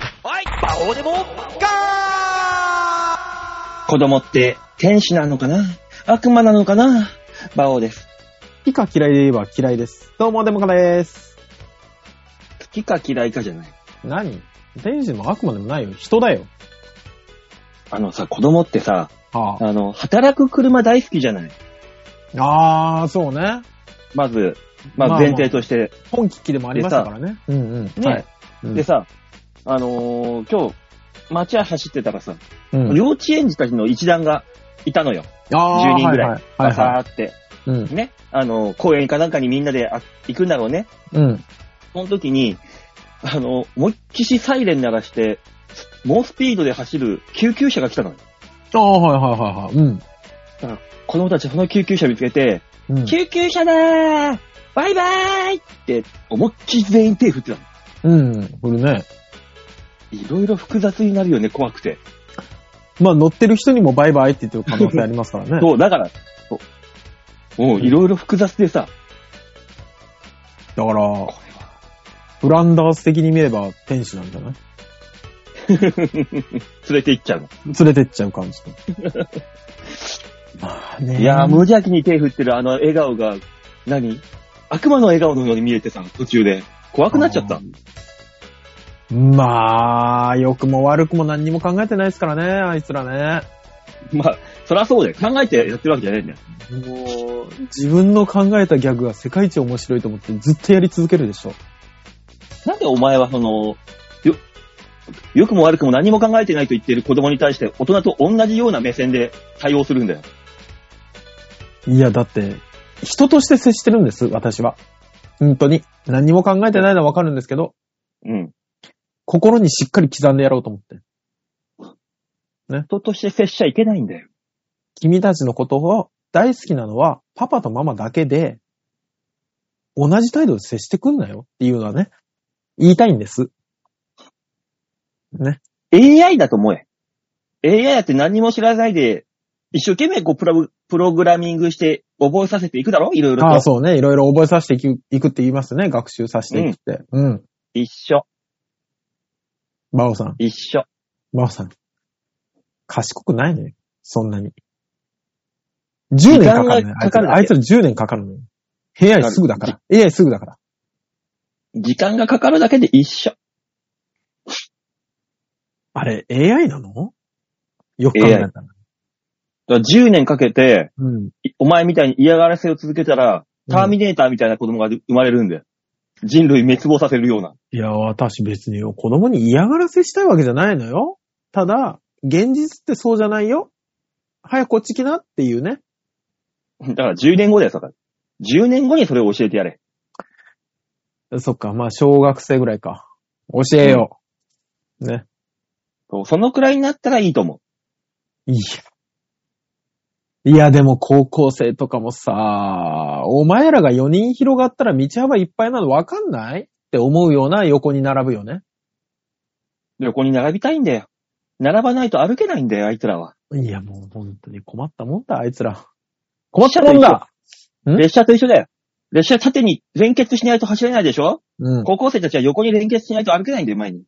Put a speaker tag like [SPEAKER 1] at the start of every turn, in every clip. [SPEAKER 1] どうでもガー
[SPEAKER 2] 子供って天使なのかな悪魔なのかな馬王です。
[SPEAKER 3] ピカ嫌いで言えば嫌いです。どうも、デモカです。
[SPEAKER 2] 好きか嫌いかじゃない。
[SPEAKER 3] 何天使も悪魔でもないよ。人だよ。
[SPEAKER 2] あのさ、子供ってさ、
[SPEAKER 3] は
[SPEAKER 2] あの、働く車大好きじゃない。
[SPEAKER 3] あ。あー、そうね。
[SPEAKER 2] まず、ま
[SPEAKER 3] ま
[SPEAKER 2] あ
[SPEAKER 3] あ
[SPEAKER 2] 前提として。
[SPEAKER 3] 本気機でもありましたからね。うんうん。
[SPEAKER 2] ね
[SPEAKER 3] はい。うん
[SPEAKER 2] で、さ、あのー今日、街走ってたらさ、
[SPEAKER 3] うん、
[SPEAKER 2] 幼稚園児たちの一団がいたのよ。
[SPEAKER 3] あー
[SPEAKER 2] 10人ぐらい。
[SPEAKER 3] はいはい。は
[SPEAKER 2] バ
[SPEAKER 3] いは
[SPEAKER 2] サーって。
[SPEAKER 3] いうん。
[SPEAKER 2] ね。あのー公園かなんかにみんなであ行くんだろうね。
[SPEAKER 3] うん。
[SPEAKER 2] その時に、あのー思いっきしサイレン鳴らして、猛スピードで走る救急車が来たのよ。
[SPEAKER 3] あー、はいはいはいはい。うん。
[SPEAKER 2] 子供たちその救急車見つけて、
[SPEAKER 3] うん。
[SPEAKER 2] 救急車だーバイバーイって思いっきり全員手振ってたの。
[SPEAKER 3] うん。これね。
[SPEAKER 2] いろいろ複雑になるよね、怖くて。
[SPEAKER 3] まあ、乗ってる人にもバイバイって言ってる可能性ありますから ね。
[SPEAKER 2] そう、だから、そうもういろいろ複雑でさ、
[SPEAKER 3] だか
[SPEAKER 2] これ
[SPEAKER 3] ら、
[SPEAKER 2] は
[SPEAKER 3] フランダース的に見れば天使なんじゃない
[SPEAKER 2] 連れて行っちゃうの。
[SPEAKER 3] 連れてっちゃう感じ。まあ ね。
[SPEAKER 2] いやー、無邪気に手振ってるあの笑顔が、何悪魔の笑顔のように見えてさ、途中で。怖くなっちゃった。
[SPEAKER 3] まあ、良くも悪くも何にも考えてないですからね、あいつらね。
[SPEAKER 2] まあ、そりゃそうだよ。考えてやってるわけじゃないんだよ。
[SPEAKER 3] もう、自分の考えたギャグが世界一面白いと思ってずっとやり続けるでしょ。
[SPEAKER 2] なんでお前はその、よ、良くも悪くも何も考えてないと言っている子供に対して大人と同じような目線で対応するんだよ。
[SPEAKER 3] いや、だって、人として接してるんです、私は。本当に。何にも考えてないのはわかるんですけど、
[SPEAKER 2] うん。
[SPEAKER 3] 心にしっかり刻んでやろうと思って。
[SPEAKER 2] 人として接しちゃいけないんだよ。
[SPEAKER 3] 君たちのことを大好きなのはパパとママだけで、同じ態度で接してくんなよっていうのはね、言いたいんです。
[SPEAKER 2] AI だと思え。AI だって何も知らないで、一生懸命こうプロプログラミングして覚えさせていくだろいろいろと。
[SPEAKER 3] ああ、そうね。いろいろ覚えさせていくいくって言いますね。学習させていくって。うん。
[SPEAKER 2] 一緒、
[SPEAKER 3] バオさん、
[SPEAKER 2] 一緒。
[SPEAKER 3] バオさん。賢くないのよ。そんなに。10年かかる
[SPEAKER 2] 時間
[SPEAKER 3] ね。
[SPEAKER 2] がかかるだけ
[SPEAKER 3] あいつらあいつら10年かかるのよ。AI すぐだから。AI すぐだから。
[SPEAKER 2] 時間がかかるだけで一緒。
[SPEAKER 3] あれ、AI なのよく考えたら。
[SPEAKER 2] だから10年かけて、
[SPEAKER 3] うん。
[SPEAKER 2] いお前みたいに嫌がらせを続けたら、ターミネーターみたいな子供が生まれるんだよ。人類滅亡させるような。
[SPEAKER 3] いや、私別に子供に嫌がらせしたいわけじゃないのよ。ただ、現実ってそうじゃないよ。早くこっち来なっていうね。
[SPEAKER 2] だから10年後だよ、だから。10年後にそれを教えてやれ。
[SPEAKER 3] そっか、まあ、小学生ぐらいか。教えよう。ね。
[SPEAKER 2] そうそのくらいになったらいいと思
[SPEAKER 3] いや。いや、でも高校生とかもさ、お前らが4人広がったら道幅いっぱいなの分かんないって思うような横に並ぶよね。
[SPEAKER 2] う。横に並びたいんだよ。並ばないと歩けないんだよ、あいつらは。
[SPEAKER 3] いや、もう本当に困ったもんだ、あいつら。困ったもんだん
[SPEAKER 2] 列車と一緒だよ。列車縦に連結しないと走れないでしょ
[SPEAKER 3] うん。
[SPEAKER 2] 高校生たちは横に連結しないと歩けないんだよ、前に。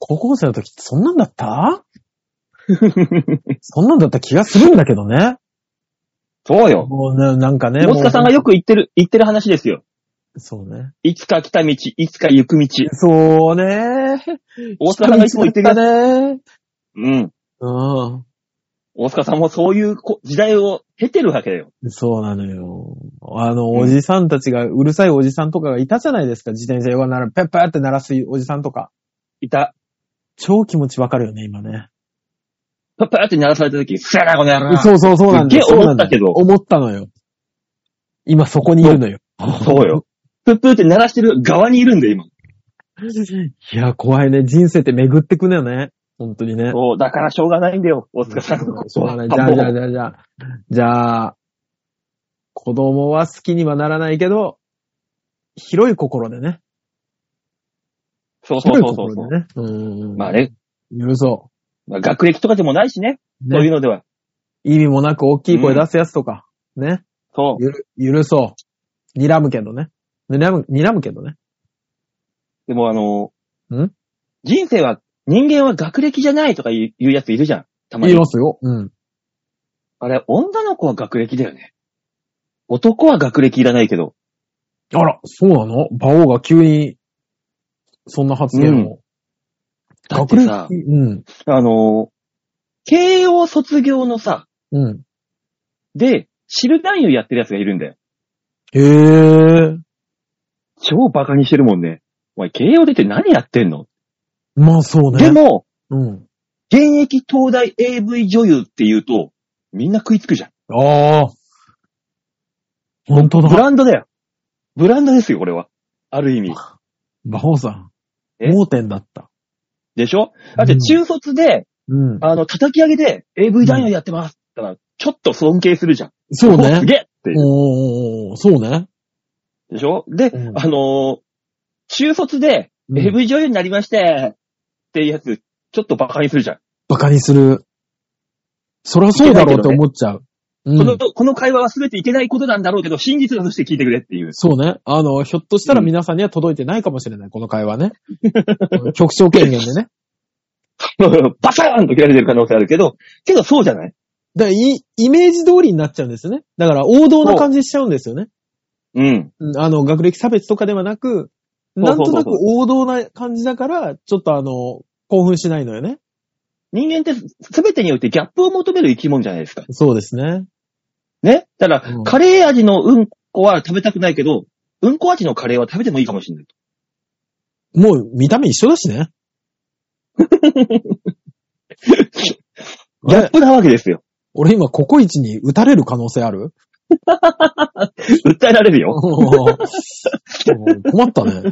[SPEAKER 3] 高校生の時ってそんなんだった そんなんだった気がするんだけどね。
[SPEAKER 2] そうよ。
[SPEAKER 3] もうね、なんかね。
[SPEAKER 2] 大塚さんがよく言ってる、言ってる話ですよ。
[SPEAKER 3] く。そうね。
[SPEAKER 2] いつか来た道、いつか行く道。
[SPEAKER 3] そうね。
[SPEAKER 2] 大塚さんがいつも言ってるやつ。
[SPEAKER 3] ね。
[SPEAKER 2] うん。
[SPEAKER 3] うん。
[SPEAKER 2] 大塚さんもそういうこ時代を経てるわけだよ。
[SPEAKER 3] そうなのよ。あの、おじさんたちが、うるさいおじさんとかがいたじゃないですか。自転車横なら、ペッペーって鳴らすおじさんとか。
[SPEAKER 2] いた。
[SPEAKER 3] 超気持ちわかるよね、今ね。
[SPEAKER 2] パッパーって鳴らされた時、すやな、この野郎。
[SPEAKER 3] そうそうそうなんだよ
[SPEAKER 2] すっげえ思った
[SPEAKER 3] そうなんだよ
[SPEAKER 2] けど
[SPEAKER 3] 思ったのよ。今そこにいるのよ。
[SPEAKER 2] そうよ。プップーって鳴らしてる側にいるんだよ、今。
[SPEAKER 3] いや、怖いね。人生って巡ってくのよね。本当に ね。
[SPEAKER 2] そう、だからしょうがないんだよ、大塚さんのこと
[SPEAKER 3] そうだ
[SPEAKER 2] は。
[SPEAKER 3] ね。じゃあ、じゃあ、
[SPEAKER 2] もう
[SPEAKER 3] じゃあ、じゃあ、じゃあ、子供は好きにはならないけど、広い心でね。
[SPEAKER 2] そうそう
[SPEAKER 3] 広い
[SPEAKER 2] そうそう
[SPEAKER 3] 心でね。うん。
[SPEAKER 2] まあ。ね、
[SPEAKER 3] 許そ
[SPEAKER 2] まあ学歴とかでもないしね、
[SPEAKER 3] う。
[SPEAKER 2] そういう
[SPEAKER 3] ね、
[SPEAKER 2] のでは。
[SPEAKER 3] 意味もなく大きい声出すやつとか、ね。
[SPEAKER 2] そう。
[SPEAKER 3] ゆる、許そう。睨むけどね。睨む、睨むけどね。
[SPEAKER 2] でもあの、
[SPEAKER 3] ん
[SPEAKER 2] 人生は、人間は学歴じゃないとか言う言うやついるじゃん。たま
[SPEAKER 3] 言い
[SPEAKER 2] に。
[SPEAKER 3] ますよ。うん。
[SPEAKER 2] あれ、女の子は学歴だよね。男は学歴いらないけど。
[SPEAKER 3] あら、そうなの馬王が急に、そんな発言を。
[SPEAKER 2] だってさ、
[SPEAKER 3] うん。
[SPEAKER 2] あの、慶応卒業のさ、
[SPEAKER 3] うん。
[SPEAKER 2] で、知る男優やってるやつがいるんだよ。
[SPEAKER 3] へえ。
[SPEAKER 2] 超バカにしてるもんね。お前、慶応出て何やってんの
[SPEAKER 3] まあそう
[SPEAKER 2] で、
[SPEAKER 3] ね。
[SPEAKER 2] も、
[SPEAKER 3] うん。
[SPEAKER 2] 現役東大 AV 女優って言うと、みんな食いつくじゃん。
[SPEAKER 3] ああ。本当
[SPEAKER 2] ブ
[SPEAKER 3] だ。
[SPEAKER 2] ランドだよ。ブランドですよ、これは。ある意味。
[SPEAKER 3] 馬王さん。
[SPEAKER 2] え
[SPEAKER 3] 盲点だった。
[SPEAKER 2] でしょだって中卒で、
[SPEAKER 3] うん。
[SPEAKER 2] あの、叩き上げで AV 男優やってます。だから、ちょっと尊敬するじゃん。
[SPEAKER 3] そう
[SPEAKER 2] お
[SPEAKER 3] ね
[SPEAKER 2] す。げえっていう。
[SPEAKER 3] おーおーおーそうね。
[SPEAKER 2] でしょで、
[SPEAKER 3] うん
[SPEAKER 2] あのー中卒で
[SPEAKER 3] うん
[SPEAKER 2] AV 女優になりまして、っていうやつ、ちょっとバカにするじゃん。
[SPEAKER 3] バカにする。そりゃそうだろうって思っちゃう。う
[SPEAKER 2] こ
[SPEAKER 3] ん
[SPEAKER 2] の、。この会話は全ていけないことなんだろうけど、真実だとして聞いてくれっていう。
[SPEAKER 3] そうね。あの、ひょっとしたら皆さんには届いてないかもしれない、この会話 ね。局長権限でね。
[SPEAKER 2] バカーンと切られてる可能性あるけど、けどそうじゃない
[SPEAKER 3] だからい、イメージ通りになっちゃうんですよね。だから、王道な感じしちゃうんですよね。
[SPEAKER 2] うん。
[SPEAKER 3] うんあの、学歴差別とかではなく、なんとな
[SPEAKER 2] そ
[SPEAKER 3] く
[SPEAKER 2] うそう
[SPEAKER 3] 王道な感じだから、ちょっとあの、興奮しないのよね。
[SPEAKER 2] 人間って全てにおいてギャップを求める生き物じゃないですか。
[SPEAKER 3] そうですね。
[SPEAKER 2] ねだから、
[SPEAKER 3] うん
[SPEAKER 2] カレー味のうんこは食べたくないけど、うんこ味のカレーは食べてもいいかもしれない。
[SPEAKER 3] もう、見た目一緒だし ね。
[SPEAKER 2] ギャップなわけですよ。
[SPEAKER 3] 俺今、ココイチに打たれる可能性ある
[SPEAKER 2] 訴えられるよ。
[SPEAKER 3] もう困ったね。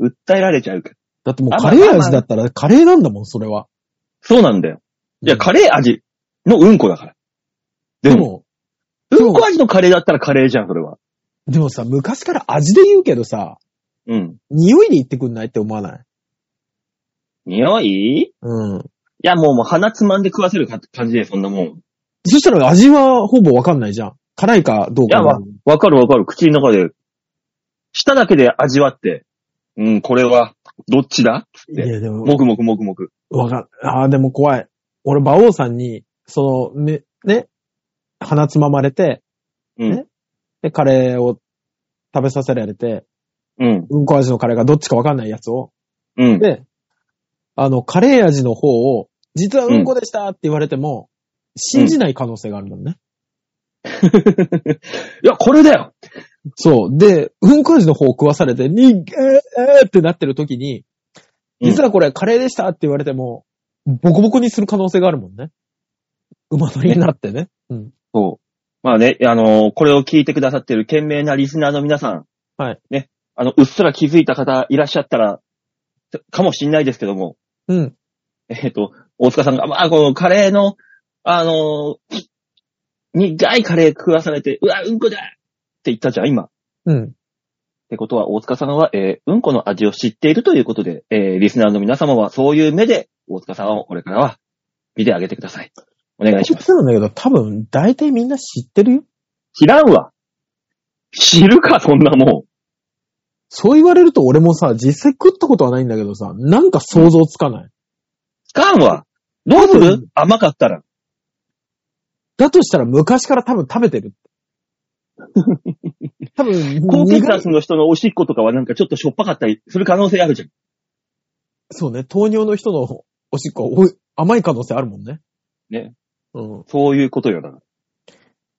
[SPEAKER 2] 訴えられちゃうから。
[SPEAKER 3] だってもうカレー味だったらカレーなんだもん、それは。
[SPEAKER 2] そうなんだよ。いや、
[SPEAKER 3] うん
[SPEAKER 2] カレー味のうんこだから。で
[SPEAKER 3] で
[SPEAKER 2] も、
[SPEAKER 3] も、
[SPEAKER 2] うんこ味のカレーだったらカレーじゃん、それは。
[SPEAKER 3] でもさ、昔から味で言うけどさ、
[SPEAKER 2] うん。
[SPEAKER 3] 匂いで言ってくんないって思わない
[SPEAKER 2] 匂いい
[SPEAKER 3] うん。
[SPEAKER 2] や、もう、もう鼻つまんで食わせるか感じで、そんなもん。
[SPEAKER 3] そしたら味はほぼわかんないじゃん。辛いかどう
[SPEAKER 2] いや、
[SPEAKER 3] か
[SPEAKER 2] わ
[SPEAKER 3] は。、
[SPEAKER 2] わかるわかる。口の中で、舌だけで味わって、うん、これは、どっちだ
[SPEAKER 3] いや、でも、
[SPEAKER 2] もくもくもくもく。
[SPEAKER 3] わかん、ああ、でも怖い。俺、馬王さんに、その、ね、ね、鼻つままれて、
[SPEAKER 2] うん
[SPEAKER 3] え。で、カレーを食べさせられて、
[SPEAKER 2] うん。
[SPEAKER 3] うんこ味のカレーがどっちかわかんないやつを。
[SPEAKER 2] うん。
[SPEAKER 3] で、あの、カレー味の方を、実はうんこでしたって言われても、信じない可能性があるんだよね。
[SPEAKER 2] いや、これだよ
[SPEAKER 3] そう。で、うんこ味の方を食わされて、に、えー、えーってなってる時
[SPEAKER 2] う
[SPEAKER 3] に、
[SPEAKER 2] ん
[SPEAKER 3] 実はこれカレーでしたって言われても、ボコボコにする可能性があるもんね。馬乗りになってね。うん。
[SPEAKER 2] そう。まあね、あのーこれを聞いてくださってる賢明なリスナーの皆さん。
[SPEAKER 3] はい。
[SPEAKER 2] ね。あの、うっすら気づいた方いらっしゃったら、かもしんないですけども、
[SPEAKER 3] うん。
[SPEAKER 2] えっ、と、大塚さんが、まあ、このカレーの、あのー苦いカレー食わされて、うわ、うんこだって言ったじゃん、今。っ
[SPEAKER 3] うん。
[SPEAKER 2] てことは、大塚さんは、えーうんこの味を知っているということで、えーリスナーの皆様は、そういう目で、大塚さんをこれからは、見てあげてください。お願いします。
[SPEAKER 3] そうなんだけど、多分、大体みんな知ってるよ。
[SPEAKER 2] 知らんわ。知るか、そんなもん。
[SPEAKER 3] そう言われると俺もさ、実際食ったことはないんだけどさ、なんか想像つかない。
[SPEAKER 2] つかんわ。どうす
[SPEAKER 3] 多
[SPEAKER 2] る
[SPEAKER 3] 分
[SPEAKER 2] 甘かったら。
[SPEAKER 3] だとしたら昔から多分食べて る。多分、
[SPEAKER 2] 高血
[SPEAKER 3] 苦い
[SPEAKER 2] 圧の人のおしっことかはなんかちょっとしょっぱかったりする可能性あるじゃん。
[SPEAKER 3] そうね、糖尿の人のおしっこ、おい甘い可能性あるもんね。
[SPEAKER 2] ね。
[SPEAKER 3] うん。
[SPEAKER 2] そういうことよな。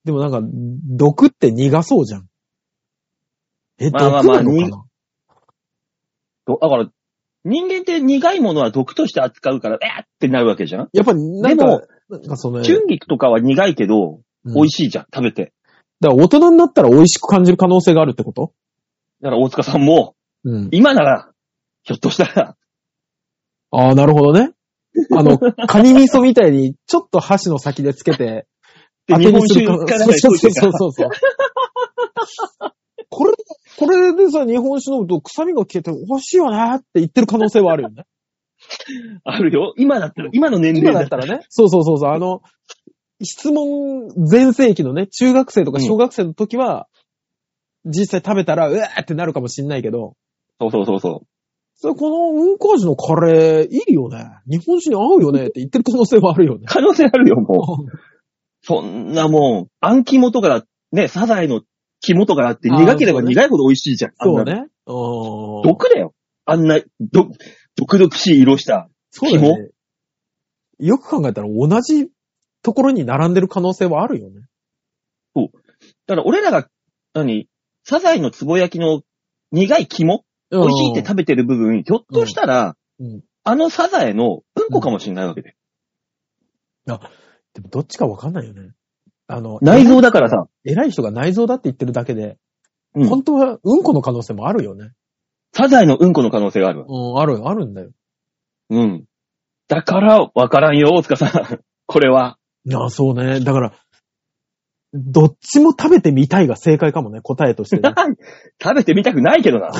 [SPEAKER 3] でもなんか、毒って苦そうじゃん。え、
[SPEAKER 2] まあまあ
[SPEAKER 3] 毒
[SPEAKER 2] まあ
[SPEAKER 3] なのかな、
[SPEAKER 2] どだから、人間って苦いものは毒として扱うから、えーってなるわけじゃん。
[SPEAKER 3] やっぱ、なん
[SPEAKER 2] で
[SPEAKER 3] か
[SPEAKER 2] も、
[SPEAKER 3] なんかその、
[SPEAKER 2] 春菊とかは苦いけど、
[SPEAKER 3] うん
[SPEAKER 2] 美味しいじゃん、食べて。
[SPEAKER 3] だから大人になったら美味しく感じる可能性があるってこと
[SPEAKER 2] だから大塚さんも、
[SPEAKER 3] うん。
[SPEAKER 2] 今なら、ひょっとしたら、
[SPEAKER 3] ああ、なるほど ね。あの、カニ味噌みたいに、ちょっと箸の先でつけて、
[SPEAKER 2] で日本酒
[SPEAKER 3] か
[SPEAKER 2] かなん
[SPEAKER 3] そう
[SPEAKER 2] か
[SPEAKER 3] そう
[SPEAKER 2] しといて
[SPEAKER 3] そうそうそう。これ、これでさ、日本酒飲むと臭みが消えて、美味しいよねって言ってる可能性はあるよね。
[SPEAKER 2] あるよ。今だったら、今の年
[SPEAKER 3] 今
[SPEAKER 2] 齢
[SPEAKER 3] だ
[SPEAKER 2] だ
[SPEAKER 3] っ
[SPEAKER 2] ったたら。
[SPEAKER 3] らね。 そうそうそうそう。あの、質問全盛期のね、中学生とか小学生の時は、実際食べたら、うわーってなるかもしんないけど、
[SPEAKER 2] そうそうそうそ
[SPEAKER 3] それこのうんこ味のカレー、いいよね。日本酒に合うよねって言ってる 可能性はあるよね。
[SPEAKER 2] 可能性あるよ、もう。 そんなもん、あん肝とかだ、ね、サザエの肝とかだって苦ければ
[SPEAKER 3] あーそうね
[SPEAKER 2] 苦いほど美味しいじゃん。 あん
[SPEAKER 3] そ
[SPEAKER 2] な
[SPEAKER 3] うね。うん。
[SPEAKER 2] 毒だよ。あんな、ど、毒々しい色した。
[SPEAKER 3] そうだよね。よく考えたら同じところに並んでる可能性はあるよね。
[SPEAKER 2] だから俺らが、何サザエのつぼ焼きの苦い肝
[SPEAKER 3] 美
[SPEAKER 2] 美味しいって食べてる部分、ひょっとしたら、
[SPEAKER 3] うんうん
[SPEAKER 2] あのサザエのうんこかもしれないわけで。
[SPEAKER 3] でもどっちかわかんないよね。あの、
[SPEAKER 2] 内臓だからさ、
[SPEAKER 3] 偉い人が内臓だって言ってるだけで、
[SPEAKER 2] うん
[SPEAKER 3] 本当はうんこの可能性もあるよね。
[SPEAKER 2] サザエのうんこの可能性があるわ。
[SPEAKER 3] うん、ある、あるんだよ。
[SPEAKER 2] うん。だから、わからんよ、大塚さん。これは。
[SPEAKER 3] ああ、そうね。だから、どっちも食べてみたいが正解かもね、答えとしてね。
[SPEAKER 2] 食べてみたくないけどな。は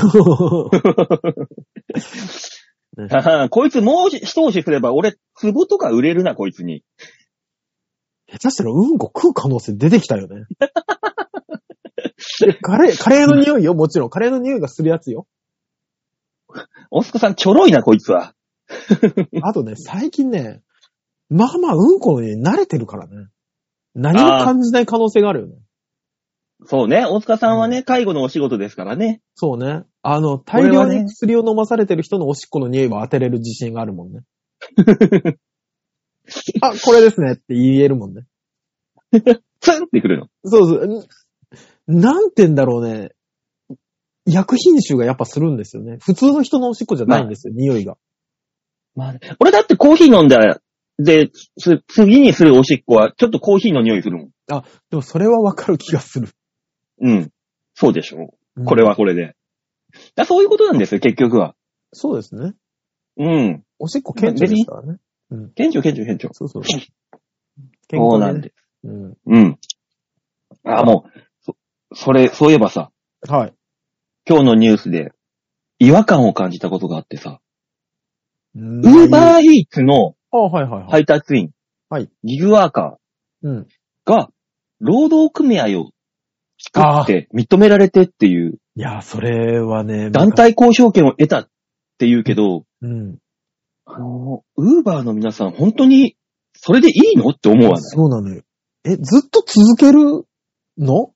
[SPEAKER 2] は こいつもう一押しすれば、俺、壺とか売れるな、こいつに。
[SPEAKER 3] 下手したらうんこ食う可能性出てきたよね。カレー、カレーの匂いよ、もちろん。カレーの匂いがするやつよ。
[SPEAKER 2] 大塚さん、ちょろいな、こいつは。
[SPEAKER 3] あとね、最近ね、まあまあうんこに慣れてるからね。何も感じない可能性があるよね。
[SPEAKER 2] そうね、大塚さんはね、介護のお仕事ですからね。
[SPEAKER 3] そうね。あの、大量
[SPEAKER 2] これは
[SPEAKER 3] に
[SPEAKER 2] ね
[SPEAKER 3] 薬を飲まされてる人のおしっこの匂いは当てれる自信があ るもんね。あ、これですねって言えるもんね。
[SPEAKER 2] ツンってくるの。
[SPEAKER 3] そうそう。んなんて言うんだろうね。薬品臭がやっぱするんですよね。普通の人のおしっこじゃないんですよ、匂いが。
[SPEAKER 2] まあね、俺だってコーヒー飲んだ、で、す次にするおしっこは、ちょっとコーヒーの匂いするもん。
[SPEAKER 3] でもそれはわかる気がする。
[SPEAKER 2] うん。そうでしょう。これ
[SPEAKER 3] は。
[SPEAKER 2] はこれで。だそういうことなんですよ、結局は。
[SPEAKER 3] そうですね。
[SPEAKER 2] うん。
[SPEAKER 3] おしっこ顕著ですからね。
[SPEAKER 2] 顕著、顕著、顕著。
[SPEAKER 3] そうそう。健
[SPEAKER 2] そうな
[SPEAKER 3] 康
[SPEAKER 2] ん
[SPEAKER 3] で
[SPEAKER 2] で
[SPEAKER 3] ね。うん。
[SPEAKER 2] うん。あ、もう、そ、それ、そういえばさ、
[SPEAKER 3] はい。
[SPEAKER 2] 今日のニュースで、違和感を感じたことがあってさ、
[SPEAKER 3] ウ
[SPEAKER 2] ウーバーイーツの
[SPEAKER 3] あ、はいはいはい。
[SPEAKER 2] 配達員、
[SPEAKER 3] はい
[SPEAKER 2] ギグワーカ
[SPEAKER 3] うん。
[SPEAKER 2] ーが、労働組合を作って認められてっていう、
[SPEAKER 3] いや、それはね、
[SPEAKER 2] 団体交渉権を得たっていうけど、
[SPEAKER 3] うん。
[SPEAKER 2] あの、ウーバーの皆さん、本当に、それでいいのって思わない。
[SPEAKER 3] そうなのよ。え、ずっと続けるの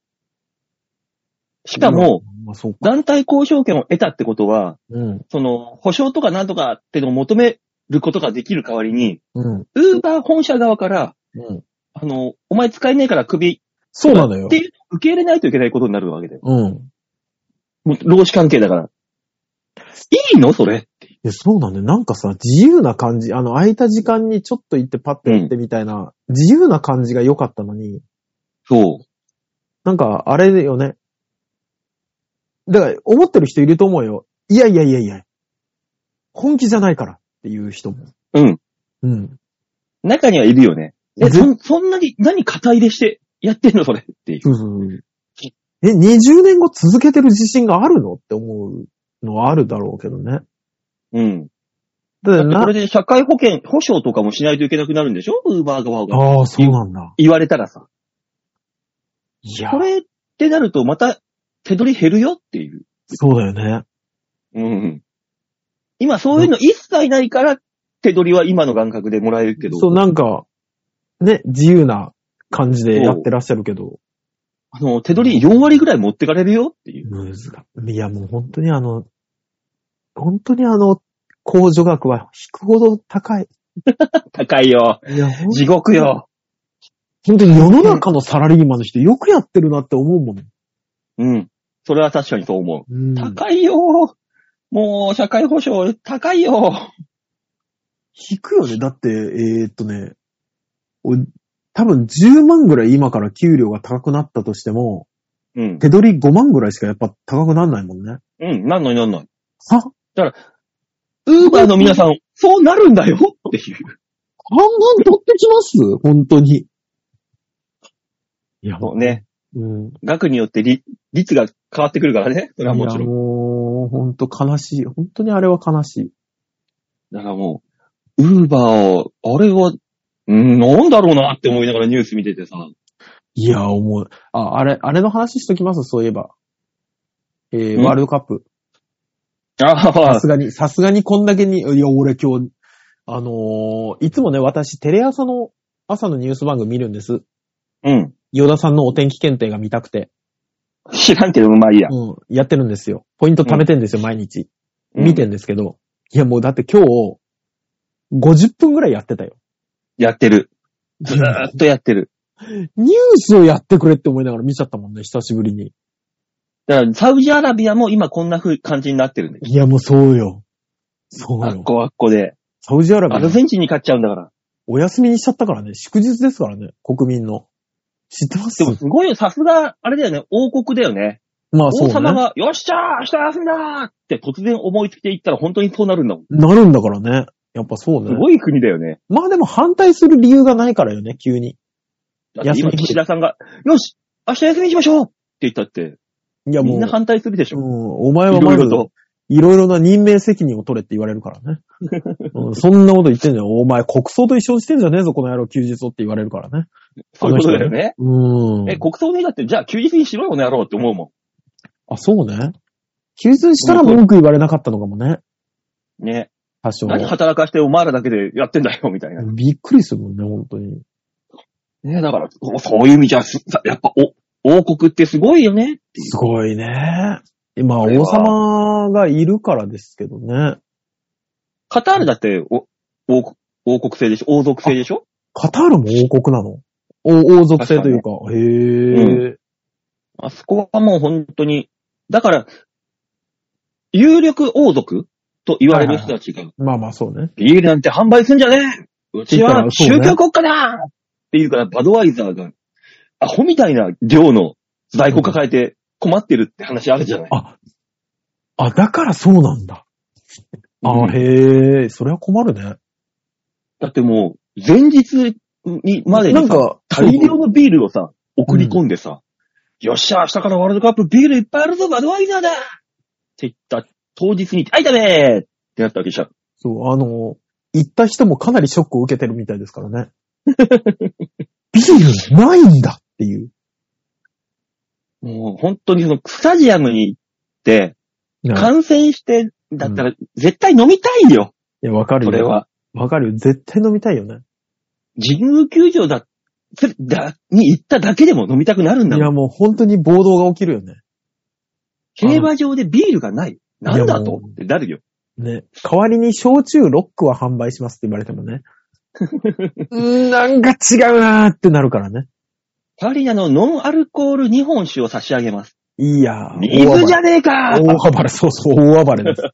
[SPEAKER 2] しかも、、
[SPEAKER 3] まあそうか。
[SPEAKER 2] 団体交渉権を得たってことは、
[SPEAKER 3] うん。
[SPEAKER 2] その、保証とかなんとかっていうのを求めることができる代わりに、
[SPEAKER 3] うん。
[SPEAKER 2] ウーバー本社側から、
[SPEAKER 3] うん。
[SPEAKER 2] あの、お前使えねえから首
[SPEAKER 3] そうなのよ
[SPEAKER 2] って。いうのを受け入れないといけないことになるわけで。
[SPEAKER 3] うん。
[SPEAKER 2] もう労使関係だから。いいのそれ。
[SPEAKER 3] え、そうなんだよ。なんかさ、自由な感じ、あの、空いた時間にちょっと行ってパッと行ってみたいな、自由な感じが良かったのに、
[SPEAKER 2] そう。
[SPEAKER 3] なんか、あれだよね。だから、思ってる人いると思うよ。いやいやいやいや。本気じゃないからっていう人も。
[SPEAKER 2] うん。
[SPEAKER 3] うん。
[SPEAKER 2] 中にはいるよね。え、
[SPEAKER 3] ぜ
[SPEAKER 2] そん、そんなに、何肩入れしてやってんのそれっていう。
[SPEAKER 3] そうそうそうえ、20年後続けてる自信があるのって思うのはあるだろうけどね。
[SPEAKER 2] うん。
[SPEAKER 3] だ
[SPEAKER 2] だっ
[SPEAKER 3] って
[SPEAKER 2] て
[SPEAKER 3] な
[SPEAKER 2] これ、で社会保険、保障とかもしないといけなくなるんでしょウーバー側が。
[SPEAKER 3] ああ、そうなんだ。
[SPEAKER 2] 言われたらさ。
[SPEAKER 3] いや
[SPEAKER 2] こ、れってなるとまた手取り減るよっていう。
[SPEAKER 3] そうだよね。
[SPEAKER 2] うん。今そういうの一切ないから、手取りは今の感覚でもらえるけど、
[SPEAKER 3] そう、なんか、ね、自由な感じでやってらっしゃるけど。
[SPEAKER 2] あの、手取り4割ぐらい持ってかれるよっていう。
[SPEAKER 3] 難しい。いや、もう本当にあの、本当にあの、控除額は引くほど高い。
[SPEAKER 2] 高いよ。
[SPEAKER 3] いや、ほん
[SPEAKER 2] 地獄よ。
[SPEAKER 3] 本当に世の中のサラリーマンの人よくやってるなって思うもん。
[SPEAKER 2] うん。それは確かにそう思
[SPEAKER 3] うん
[SPEAKER 2] う。高いよ。もう、社会保障、高いよ。
[SPEAKER 3] 引くよね。だって、えーっとね、お多分10万ぐらい今から給料が高くなったとしても、
[SPEAKER 2] うん。
[SPEAKER 3] 手取り5万ぐらいしかやっぱ高くなんないもんね。
[SPEAKER 2] うん、なんのになんのに。
[SPEAKER 3] さ、
[SPEAKER 2] ウーバーの皆さん、そうなるんだよっていう。
[SPEAKER 3] 半分取ってきます本当に。いや、
[SPEAKER 2] そうね。
[SPEAKER 3] うん。
[SPEAKER 2] 額によって率率が変わってくるからね。それ
[SPEAKER 3] いや、
[SPEAKER 2] はもちろん。
[SPEAKER 3] もう、本当悲しい。本当にあれは悲しい。
[SPEAKER 2] だからもう、ウーバー、あれは、うんなんだろうなって思いながらニュース見ててさ。
[SPEAKER 3] いや、思う。あ、あれ、あれの話しときます、そういえば。えー
[SPEAKER 2] うん
[SPEAKER 3] ワールドカップ。
[SPEAKER 2] あ
[SPEAKER 3] さ
[SPEAKER 2] あ
[SPEAKER 3] す、がに、さすがにこんだけに、いや、俺今日、あのーいつもね、私、テレ朝の朝のニュース番組見るんです。
[SPEAKER 2] うん。
[SPEAKER 3] ヨダさんのお天気検定が見たくて。
[SPEAKER 2] 知らんけど、まあいいや。
[SPEAKER 3] うん。やってるんですよ。ポイント貯めてんですよ、毎日。見て
[SPEAKER 2] うん
[SPEAKER 3] んですけど。いや、もうだって今日、50分ぐらいやってたよ。
[SPEAKER 2] やってる。ずーっとやってる。
[SPEAKER 3] ニュースをやってくれって思いながら見ちゃったもんね、久しぶりに。
[SPEAKER 2] だから、サウジアラビアも今こんな風感じになってるんだよ。
[SPEAKER 3] いや、もうそうよ。そう
[SPEAKER 2] あっ
[SPEAKER 3] よ。
[SPEAKER 2] こあっこで。
[SPEAKER 3] サウジアラビ
[SPEAKER 2] アル
[SPEAKER 3] ア、
[SPEAKER 2] ゼンチンに勝っちゃうんだから。
[SPEAKER 3] お休みにしちゃったからね、祝日ですからね、国民の。知ってます
[SPEAKER 2] でもすごいよ、さすが、あれだよね、王国だよね。
[SPEAKER 3] まあそう
[SPEAKER 2] 王
[SPEAKER 3] ね。
[SPEAKER 2] 様が、よっしゃー明日休みだーって突然思いつきていったら本当にそうなるんだもん。
[SPEAKER 3] なるんだからね。やっぱそう
[SPEAKER 2] す
[SPEAKER 3] ね。
[SPEAKER 2] ごい国だよね。
[SPEAKER 3] まあでも反対する理由がないからよね、急に。
[SPEAKER 2] だって今、
[SPEAKER 3] 休み
[SPEAKER 2] 岸田さんが、よし明日休みにしましょうって言ったって、
[SPEAKER 3] いやもう。
[SPEAKER 2] みんな反対するでし
[SPEAKER 3] う
[SPEAKER 2] ょ。
[SPEAKER 3] ん、お前はい
[SPEAKER 2] ろ
[SPEAKER 3] ま
[SPEAKER 2] い
[SPEAKER 3] ず
[SPEAKER 2] ろ、と。
[SPEAKER 3] いろいろな任命責任を取れって言われるから ね。うんそんなこと言ってんじゃん。お前国葬と一緒にしてんじゃねえぞ、この野郎休日をって言われるからね。
[SPEAKER 2] そういうことだよね。
[SPEAKER 3] うん。
[SPEAKER 2] え、国葬ねだって、じゃあ休日にしろよ、この野郎って思うも
[SPEAKER 3] あ、そうね。休日にしたら文句言われなかったのかもね。
[SPEAKER 2] ん。ね。
[SPEAKER 3] 多少。
[SPEAKER 2] 何働かしてお前らだけでやってんだよ、みたいな。
[SPEAKER 3] びっくりするもんね、本当に。
[SPEAKER 2] ね、だから、そうそういう意味じゃ、すさやっぱ、お、王国ってすごいよね。
[SPEAKER 3] すごいね。今、
[SPEAKER 2] これは
[SPEAKER 3] 王様がいるからですけどね。
[SPEAKER 2] カタールだって、お、王国、王国制でしょ王族制でしょ
[SPEAKER 3] カタールも王国なのお王族制というか。へえ、
[SPEAKER 2] あそこはもう本当に、だから、有力王族と言われる人たちが、
[SPEAKER 3] まあまあそうね。
[SPEAKER 2] ビールなんて販売すんじゃねえうちは
[SPEAKER 3] そうね
[SPEAKER 2] 宗教国家だっていうから、バドワイザーが、アホみたいな量の在庫抱えて困ってるって話あるじゃない。
[SPEAKER 3] あ、あ、だからそうなんだ。あ、
[SPEAKER 2] うん
[SPEAKER 3] へえ、それは困るね。
[SPEAKER 2] だってもう、前日にまでに
[SPEAKER 3] な
[SPEAKER 2] さ
[SPEAKER 3] んか、
[SPEAKER 2] 大量のビールをさ、送り込んでさ、よっしゃ、明日からワールドカップビールいっぱいあるぞ、バドワイザーだって言った当日に、はい、だめーってなったわけじゃん。
[SPEAKER 3] そう、あの、行った人もかなりショックを受けてるみたいですからね。ビールないんだっていう。
[SPEAKER 2] もう本当にそのスタジアムに行って、感染して、だったら絶対飲みたいよ、
[SPEAKER 3] いや、わかる
[SPEAKER 2] そ
[SPEAKER 3] よ。
[SPEAKER 2] れは。
[SPEAKER 3] わかるよ。絶対飲みたいよね。
[SPEAKER 2] 神宮球場だ、つだ、に行っただけでも飲みたくなるんだ
[SPEAKER 3] い
[SPEAKER 2] もん。
[SPEAKER 3] や、もう本当に暴動が起きるよね。
[SPEAKER 2] 競馬場でビールがない。なんだ
[SPEAKER 3] いや
[SPEAKER 2] と
[SPEAKER 3] もう
[SPEAKER 2] ってなるよ。
[SPEAKER 3] ね。代わりに焼酎ロックは販売しますって言われても ね。うんなんか違うなーってなるからね。
[SPEAKER 2] 代わりにあの、ノンアルコール日本酒を差し上げます。
[SPEAKER 3] いやー。
[SPEAKER 2] 水じゃねえか
[SPEAKER 3] 大暴れ、そうそう、大暴れです。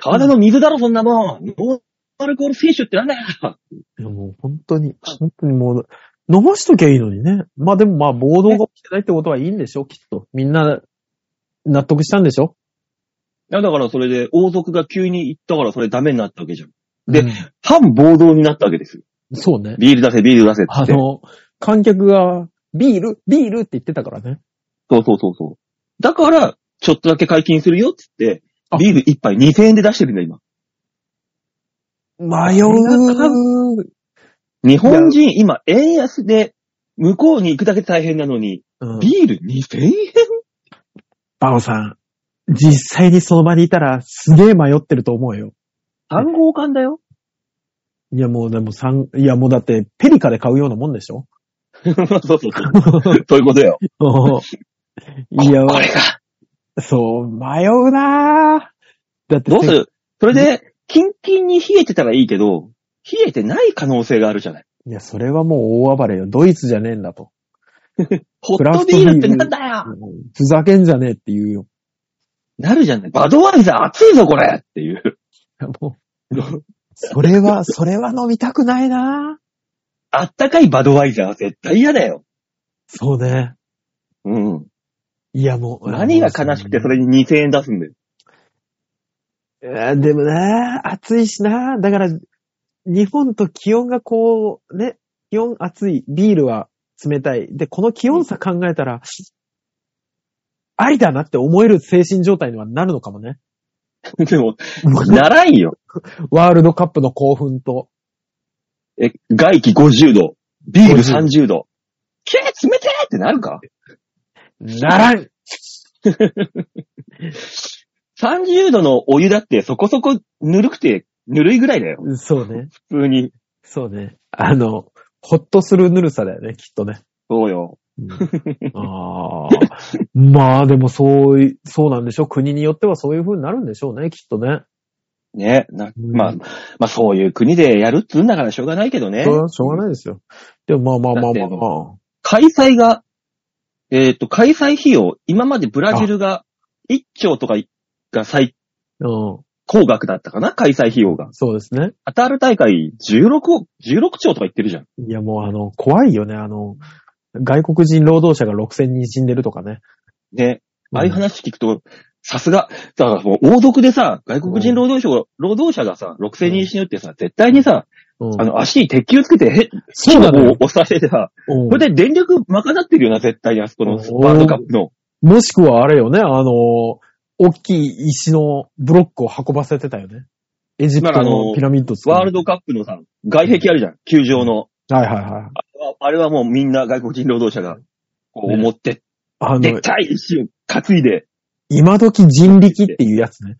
[SPEAKER 2] 体の水だろ、そんなもん。ノンアルコール選手ってなんだよ。
[SPEAKER 3] いや、もう本当に、本当にもう、飲ましときゃいいのにね。まあでもまあ、暴動が起きてないってことはいいんでしょ、きっと。みんな、納得したんでしょ
[SPEAKER 2] いや、だからそれで、王族が急に行ったからそれダメになったわけじゃん。で
[SPEAKER 3] うん
[SPEAKER 2] 反暴動になったわけですよ。
[SPEAKER 3] そうね。
[SPEAKER 2] ビール出せ、ビール出せっつ
[SPEAKER 3] あ
[SPEAKER 2] って。
[SPEAKER 3] の、観客が、ビールビールって言ってたからね。
[SPEAKER 2] そうそうそうそう。だから、ちょっとだけ解禁するよっつって
[SPEAKER 3] あ、
[SPEAKER 2] ビール一杯2000円で出してるんだ、今。
[SPEAKER 3] 迷う。
[SPEAKER 2] 日本人、今、円安で、向こうに行くだけで大変なのに、
[SPEAKER 3] うん
[SPEAKER 2] ビール2000円
[SPEAKER 3] バオさん、実際にその場にいたらすげえ迷ってると思うよ。
[SPEAKER 2] ?3 号館だよ。
[SPEAKER 3] いやもうでも三、いやもうだってペリカで買うようなもんでし ょ
[SPEAKER 2] そうそうそう。そういうことよ。
[SPEAKER 3] いや、
[SPEAKER 2] これが。
[SPEAKER 3] そう、迷うなぁ。だって、
[SPEAKER 2] どうするそれで、キンキンに冷えてたらいいけど、冷えてない可能性があるじゃない。
[SPEAKER 3] いや、それはもう大暴れよ。ドイツじゃねえんだと。
[SPEAKER 2] ホ
[SPEAKER 3] クラ
[SPEAKER 2] ッ
[SPEAKER 3] フ
[SPEAKER 2] ト
[SPEAKER 3] ト
[SPEAKER 2] ビールって
[SPEAKER 3] ビール
[SPEAKER 2] なんだよ
[SPEAKER 3] ふざけんじゃねえって言うよ。
[SPEAKER 2] なるじゃない。バドワイザー熱いぞ、これっていう。
[SPEAKER 3] いやもう、それは、それは飲みたくないなぁ。
[SPEAKER 2] あったかいバドワイザーは絶対嫌だよ。
[SPEAKER 3] そうね。
[SPEAKER 2] うん。
[SPEAKER 3] いやもう。
[SPEAKER 2] 何が悲しくてそれに2000円出すんだよ。
[SPEAKER 3] えーでもね、暑いしな。だから、日本と気温がこう、ね、気温暑い、ビールは冷たい。で、この気温差考えたら、ありだなって思える精神状態にはなるのかもね。
[SPEAKER 2] でも、ならんよ。
[SPEAKER 3] ワールドカップの興奮と。
[SPEAKER 2] え、外気50度、ビール
[SPEAKER 3] 50
[SPEAKER 2] 30度。けー冷てーってなるか
[SPEAKER 3] ならん
[SPEAKER 2] 30度のお湯だってそこそこぬるくて、ぬるいぐらいだよ。
[SPEAKER 3] そうね。
[SPEAKER 2] 普通に。
[SPEAKER 3] そうね。あの、ほっとするぬるさだよね、きっとね。
[SPEAKER 2] そうよ。
[SPEAKER 3] ああ。まあでもそうい、そうなんでしょう。国によってはそういう風になるんでしょうね、きっとね。
[SPEAKER 2] ね。な
[SPEAKER 3] うん
[SPEAKER 2] まあ、まあそういう国でやるっつうんだからしょうがないけどね
[SPEAKER 3] そ。れはしょうがないですよ。でもまあまあまあまあまあ。
[SPEAKER 2] 開催が、えっ、と、開催費用、今までブラジルが1兆とかが最
[SPEAKER 3] うん。
[SPEAKER 2] 高額だったかな開催費用が。
[SPEAKER 3] そうですね。
[SPEAKER 2] カタール大会16億、16兆とか言ってるじゃん。
[SPEAKER 3] いやもうあの、怖いよね。あの、外国人労働者が6000人死んでるとかね。
[SPEAKER 2] ね。ああいう話聞くと、さすが、だからもう王族でさ、外国人労働者が、労働者がさ、6000人死ぬってさ、絶対にさ、
[SPEAKER 3] うん。
[SPEAKER 2] あの、足に鉄球つけて、へ、
[SPEAKER 3] そうなのよ
[SPEAKER 2] を押させてさ、
[SPEAKER 3] うん
[SPEAKER 2] これで電力賄ってるよな、絶対に、あそこのスパートカップの。
[SPEAKER 3] もしくはあれよね、あの、大きい石のブロックを運ばせてたよね。エジプトのピラミッド作る
[SPEAKER 2] ワールドカップのさ、外壁あるじゃん、球場の。
[SPEAKER 3] はいはいはい。
[SPEAKER 2] ああれはもうみんな外国人労働者が、こう
[SPEAKER 3] ね
[SPEAKER 2] 思って、
[SPEAKER 3] あ
[SPEAKER 2] でっ
[SPEAKER 3] の、
[SPEAKER 2] かい石を担いで、
[SPEAKER 3] 今時人力っていうやつね。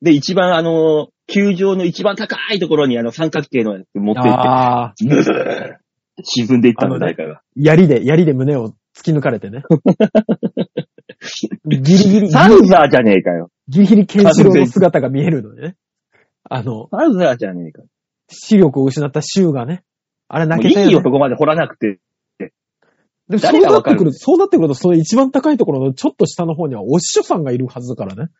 [SPEAKER 2] で、一番あの、球場の一番高いところにあの三角形のやつ持って行って、
[SPEAKER 3] ああ、
[SPEAKER 2] ブズー沈んでいったんだ、
[SPEAKER 3] あのね
[SPEAKER 2] 誰かが。
[SPEAKER 3] 槍で、槍で胸を突き抜かれ てね。ギリギリ、ギリ
[SPEAKER 2] サウザーじゃねえかよ。
[SPEAKER 3] ギリギリケンシロウの姿が見えるのね。あの、
[SPEAKER 2] サウザーじゃねえか。
[SPEAKER 3] 視力を失ったシュウがね。あれ
[SPEAKER 2] も
[SPEAKER 3] 泣
[SPEAKER 2] う
[SPEAKER 3] けた
[SPEAKER 2] いい
[SPEAKER 3] よ、
[SPEAKER 2] よ、
[SPEAKER 3] ね
[SPEAKER 2] そ。こまで掘らなくて。
[SPEAKER 3] でもそう
[SPEAKER 2] 誰が
[SPEAKER 3] なっ
[SPEAKER 2] わか
[SPEAKER 3] て
[SPEAKER 2] る
[SPEAKER 3] くる、そうなってくると、その一番高いところのちょっと下の方にはお師匠さんがいるはずだからね。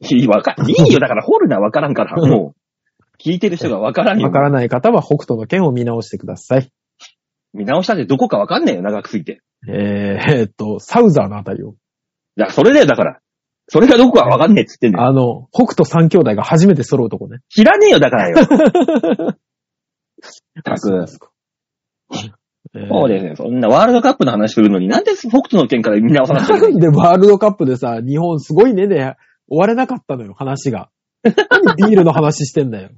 [SPEAKER 2] いい、わか、いいよ、だから掘るな、わからんから。もう、聞いてる人がわからんよ
[SPEAKER 3] わ。からない方は北斗の剣を見直してください。
[SPEAKER 2] 見直したってどこかわかんねえよ、長くすぎて。
[SPEAKER 3] えー、えーっと、サウザーのあたりを。
[SPEAKER 2] だからそれだよ、だから。それがどこかわかんねえっつってんだよ。
[SPEAKER 3] あの、北斗三兄弟が初めて揃うとこね。
[SPEAKER 2] 知らねえよ、だから よ。たく
[SPEAKER 3] そうですか。えー
[SPEAKER 2] そうですね。そんなワールドカップの話するのに、なんで北斗の件から見直さなくちゃいけ
[SPEAKER 3] な
[SPEAKER 2] ない
[SPEAKER 3] んでワールドカップでさ、日本すごいねで終われなかったのよ、話が。なんでビールの話してんだよ。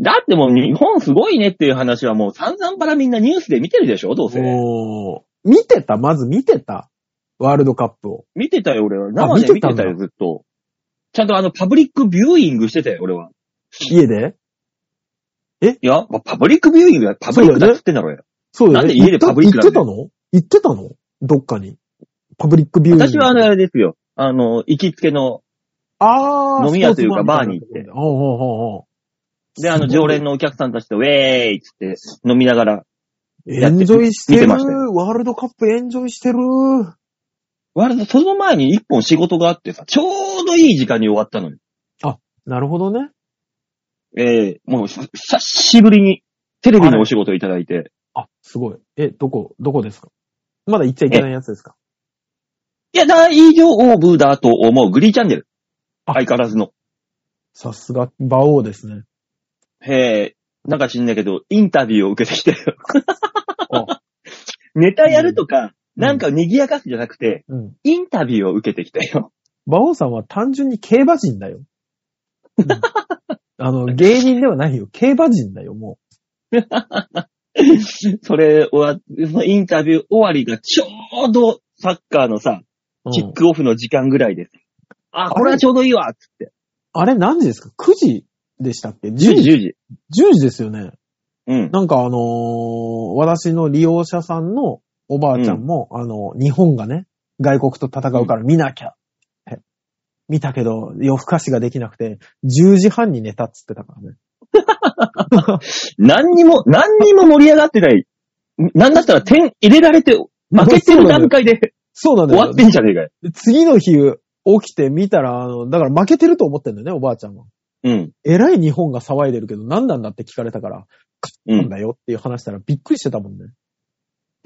[SPEAKER 2] だってもう日本すごいねっていう話はもう散々からみんなニュースで見てるでしょどうせ。
[SPEAKER 3] おー見てたまず見てたワールドカップを。
[SPEAKER 2] 見てたよ、俺は。生で
[SPEAKER 3] あ
[SPEAKER 2] 見
[SPEAKER 3] 見てた
[SPEAKER 2] て
[SPEAKER 3] んだ
[SPEAKER 2] たよ、ずっと。ちゃんとあの、パブリックビューイングしてたよ、俺は。
[SPEAKER 3] 家で
[SPEAKER 2] いや、まあパブリックビューイングだ。パブリックだっつってんだろ、俺。
[SPEAKER 3] そう
[SPEAKER 2] な
[SPEAKER 3] だ
[SPEAKER 2] ん
[SPEAKER 3] よ
[SPEAKER 2] で
[SPEAKER 3] ね。
[SPEAKER 2] 家でパブリックな
[SPEAKER 3] 行っ
[SPEAKER 2] ん
[SPEAKER 3] て
[SPEAKER 2] だ
[SPEAKER 3] たの行ってたのどっかに。パブリックビューイング
[SPEAKER 2] 私はあの、あれですよ。あの、行きつけの、
[SPEAKER 3] あー
[SPEAKER 2] 飲み屋というかバーに行って。
[SPEAKER 3] スポーツバーみたいなところでおうおうおうおう
[SPEAKER 2] で、あの、常連のお客さんたちと、ウェーイっつって飲みながら、や
[SPEAKER 3] エ
[SPEAKER 2] って
[SPEAKER 3] ンジョイしてる
[SPEAKER 2] 見てましたよ
[SPEAKER 3] ワールドカップエンジョイしてる
[SPEAKER 2] 割とその前に一本仕事があってさ、ちょうどいい時間に終わったのに。
[SPEAKER 3] なるほどね。
[SPEAKER 2] ええもう、久しぶりに、テレビのお仕事をいただいて、
[SPEAKER 3] あ、すごい。え、どこ、どこですかまだ行っちゃいけないやつですか
[SPEAKER 2] いや、大丈夫だと思う、グリーチャンネル。
[SPEAKER 3] あ
[SPEAKER 2] 相変わらずの。
[SPEAKER 3] さすが、馬王ですね。
[SPEAKER 2] ええなんか知んないけど、インタビューを受けてきたよ
[SPEAKER 3] あ。
[SPEAKER 2] ネタやるとか、
[SPEAKER 3] うん
[SPEAKER 2] なんか賑やかすじゃなくて、
[SPEAKER 3] うん。
[SPEAKER 2] インタビューを受けてきたよ。
[SPEAKER 3] 馬王さんは単純に競馬人だよ。 うんあの、芸人ではないよ。競馬人だよ、も
[SPEAKER 2] それは、そのインタビュー終わりがちょうどサッカーのさ、
[SPEAKER 3] う。
[SPEAKER 2] キ
[SPEAKER 3] う
[SPEAKER 2] ッ
[SPEAKER 3] ん
[SPEAKER 2] クオフの時間ぐらいです。あ、これはちょうどいいわつって。
[SPEAKER 3] あれ何時ですか ?9 時でしたっけ ?10
[SPEAKER 2] 10時、
[SPEAKER 3] 時
[SPEAKER 2] 10時。
[SPEAKER 3] ?10 時ですよね。
[SPEAKER 2] うん。
[SPEAKER 3] なんかあのー私の利用者さんのおばあちゃんも、あの、日本がね、外国と戦うから見なきゃ。え見たけど、夜更かしができなくて、10時半に寝たっつってたからね。
[SPEAKER 2] 何にも、何にも盛り上がってない。なんだったら点入れられて、負けてる段階で
[SPEAKER 3] そうなんだ
[SPEAKER 2] 終わ
[SPEAKER 3] よ
[SPEAKER 2] っ。てんじゃねえかよ。
[SPEAKER 3] で次の日、起きて見たら、あの、だから負けてると思ってんだよね、おばあちゃんは。
[SPEAKER 2] うん。
[SPEAKER 3] えらい日本が騒いでるけど、何なんだって聞かれたから、
[SPEAKER 2] う
[SPEAKER 3] なん
[SPEAKER 2] ん。
[SPEAKER 3] だよっていう話したらびっくりしてたもんね。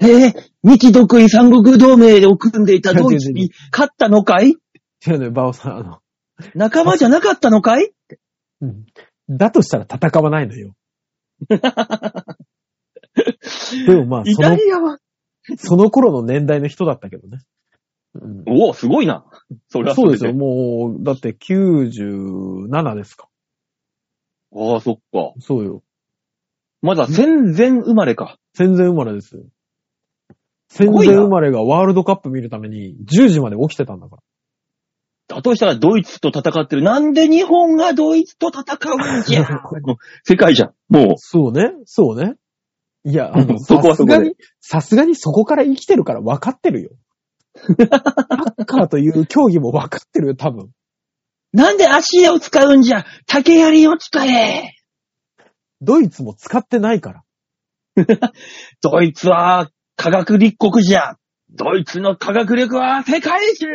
[SPEAKER 2] えー、日独位三国同盟を組んでいたドイツに勝ったのかい
[SPEAKER 3] 違うのよ、バオさん、あの、
[SPEAKER 2] 仲間じゃなかったのかい
[SPEAKER 3] うんだとしたら戦わない のよ。でもまあ、
[SPEAKER 2] イ
[SPEAKER 3] そ
[SPEAKER 2] タ
[SPEAKER 3] の、
[SPEAKER 2] リアは。
[SPEAKER 3] その頃の年代の人だったけどね。うん
[SPEAKER 2] おお、すごいな。それは
[SPEAKER 3] そうです
[SPEAKER 2] れ
[SPEAKER 3] よ、もう、だって97ですか。
[SPEAKER 2] ああ、そっか。
[SPEAKER 3] そうよ。
[SPEAKER 2] まだ戦前生まれか。
[SPEAKER 3] 戦前生まれですよ。戦
[SPEAKER 2] ごい
[SPEAKER 3] 前
[SPEAKER 2] な
[SPEAKER 3] 生まれがワールドカップ見るために10時まで起きてたんだから。
[SPEAKER 2] だとしたらドイツと戦ってる。なんで日本がドイツと戦うんじゃ もう世界じゃん。も
[SPEAKER 3] そうね、そうね。いや、あの、
[SPEAKER 2] そこはそ
[SPEAKER 3] さす
[SPEAKER 2] こで
[SPEAKER 3] がに、さすがにそこから生きてるから分かって るよ。サッカーという競技も分かってるよ、多分。
[SPEAKER 2] う、なんで足を使うんじゃ竹槍を使え
[SPEAKER 3] ドイツも使ってないから。
[SPEAKER 2] ドイツは科学立国じゃドイツの科学力は世界一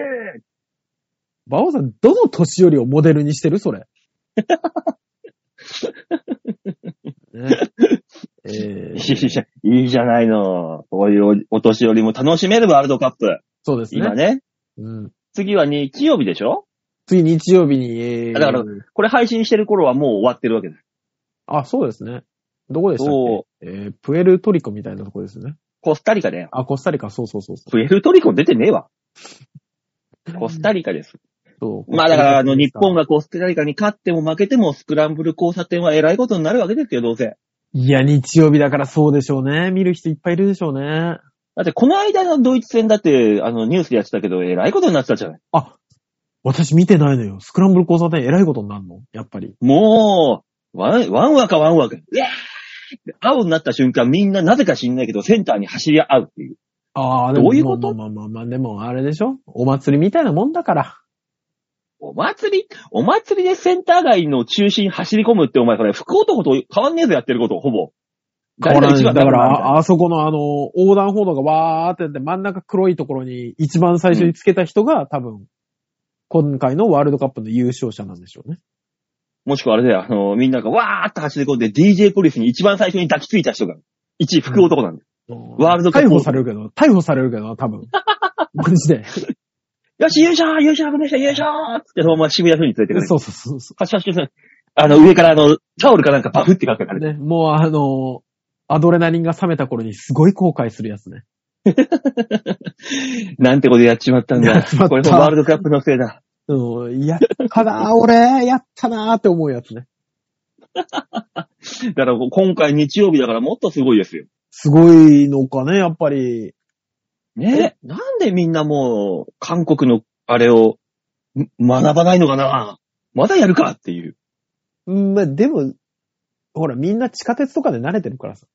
[SPEAKER 3] バオさん、どの年寄りをモデルにしてる それ。ねえ
[SPEAKER 2] い
[SPEAKER 3] ー
[SPEAKER 2] いじゃいいじゃないの。こういうおお年寄りも楽しめるワールドカップ。
[SPEAKER 3] そうですね
[SPEAKER 2] 今ね。
[SPEAKER 3] うん。
[SPEAKER 2] 次は日曜日でしょ
[SPEAKER 3] 次日曜日に、えー
[SPEAKER 2] あだからこれ配信してる頃はもう終わってるわけです。
[SPEAKER 3] あ、そうですね。どこでしたっ
[SPEAKER 2] そう
[SPEAKER 3] け、えープエルトリコみたいなとこですね。
[SPEAKER 2] コスタリカだよ。
[SPEAKER 3] あ、コスタリカ、そうそうそうそ
[SPEAKER 2] プエルトリコ出てねえわ。
[SPEAKER 3] う。
[SPEAKER 2] コスタリカです。
[SPEAKER 3] そう
[SPEAKER 2] まあだから、あの、日本
[SPEAKER 3] が。
[SPEAKER 2] がコスタリカに勝っても負けても、スクランブル交差点は偉いことになるわけですよ、どうせ。
[SPEAKER 3] いや、日曜日だからそうでしょうね。見る人いっぱいいるでしょうね。
[SPEAKER 2] だって、この間のドイツ戦だって、あの、ニュースでやってたけど、偉いことになってたじゃない。
[SPEAKER 3] 私見てないのよ。スクランブル交差点偉いことになるのやっぱり。
[SPEAKER 2] もう、ワン、ワンワカワンワカ。うわーって青になった瞬間、みんななぜか知んないけど、センターに走り合うっていう。
[SPEAKER 3] ああ、でも
[SPEAKER 2] どういうこと
[SPEAKER 3] まあまあまあまあ、でもあれでしょお祭りみたいなもんだから。
[SPEAKER 2] お祭りお祭りでセンター街の中心走り込むって、お前、それ、福男と変わんねえぞ、やってること、ほぼ。
[SPEAKER 3] だから、
[SPEAKER 2] 誰が一
[SPEAKER 3] だ
[SPEAKER 2] 番だろ
[SPEAKER 3] か
[SPEAKER 2] うなみたいな
[SPEAKER 3] らああそこのあの、横断歩道がわーってやって、真ん中黒いところに一番最初につけた人が、多分、今回のワールドカップの優勝者なんでしょうね。
[SPEAKER 2] もしくはあれだよ、あの、みんながわーって走り込んで DJ ポリスに一番最初に抱きついた人が、一位服男なんだよ。ワールドカップ
[SPEAKER 3] 逮捕されるけど、逮捕されるけどな、多分。マジで。
[SPEAKER 2] よし、優勝優勝でした優勝つって、そのまま渋谷風に連れてくる。
[SPEAKER 3] そうそうそうそ
[SPEAKER 2] カシカシカシあの、上からあの、タオルかなんかバフってかけら
[SPEAKER 3] う。
[SPEAKER 2] れて。
[SPEAKER 3] ね、もうあの、アドレナリンが冷めた頃にすごい後悔するやつね。
[SPEAKER 2] なんてことやっちまったん
[SPEAKER 3] や
[SPEAKER 2] だ
[SPEAKER 3] っちま。った
[SPEAKER 2] これもワールドカップのせいだ。
[SPEAKER 3] うん、やったな ぁ、俺、やったなぁって思うやつね。
[SPEAKER 2] だから今回日曜日だからもっとすごいですよ。
[SPEAKER 3] すごいのかね、やっぱり。
[SPEAKER 2] ねなんでみんなもう、韓国のあれを、ん学ばないのかなまだやるかっていう。
[SPEAKER 3] うん、まあ、でも、ほら、みんな地下鉄とかで慣れてるからさ。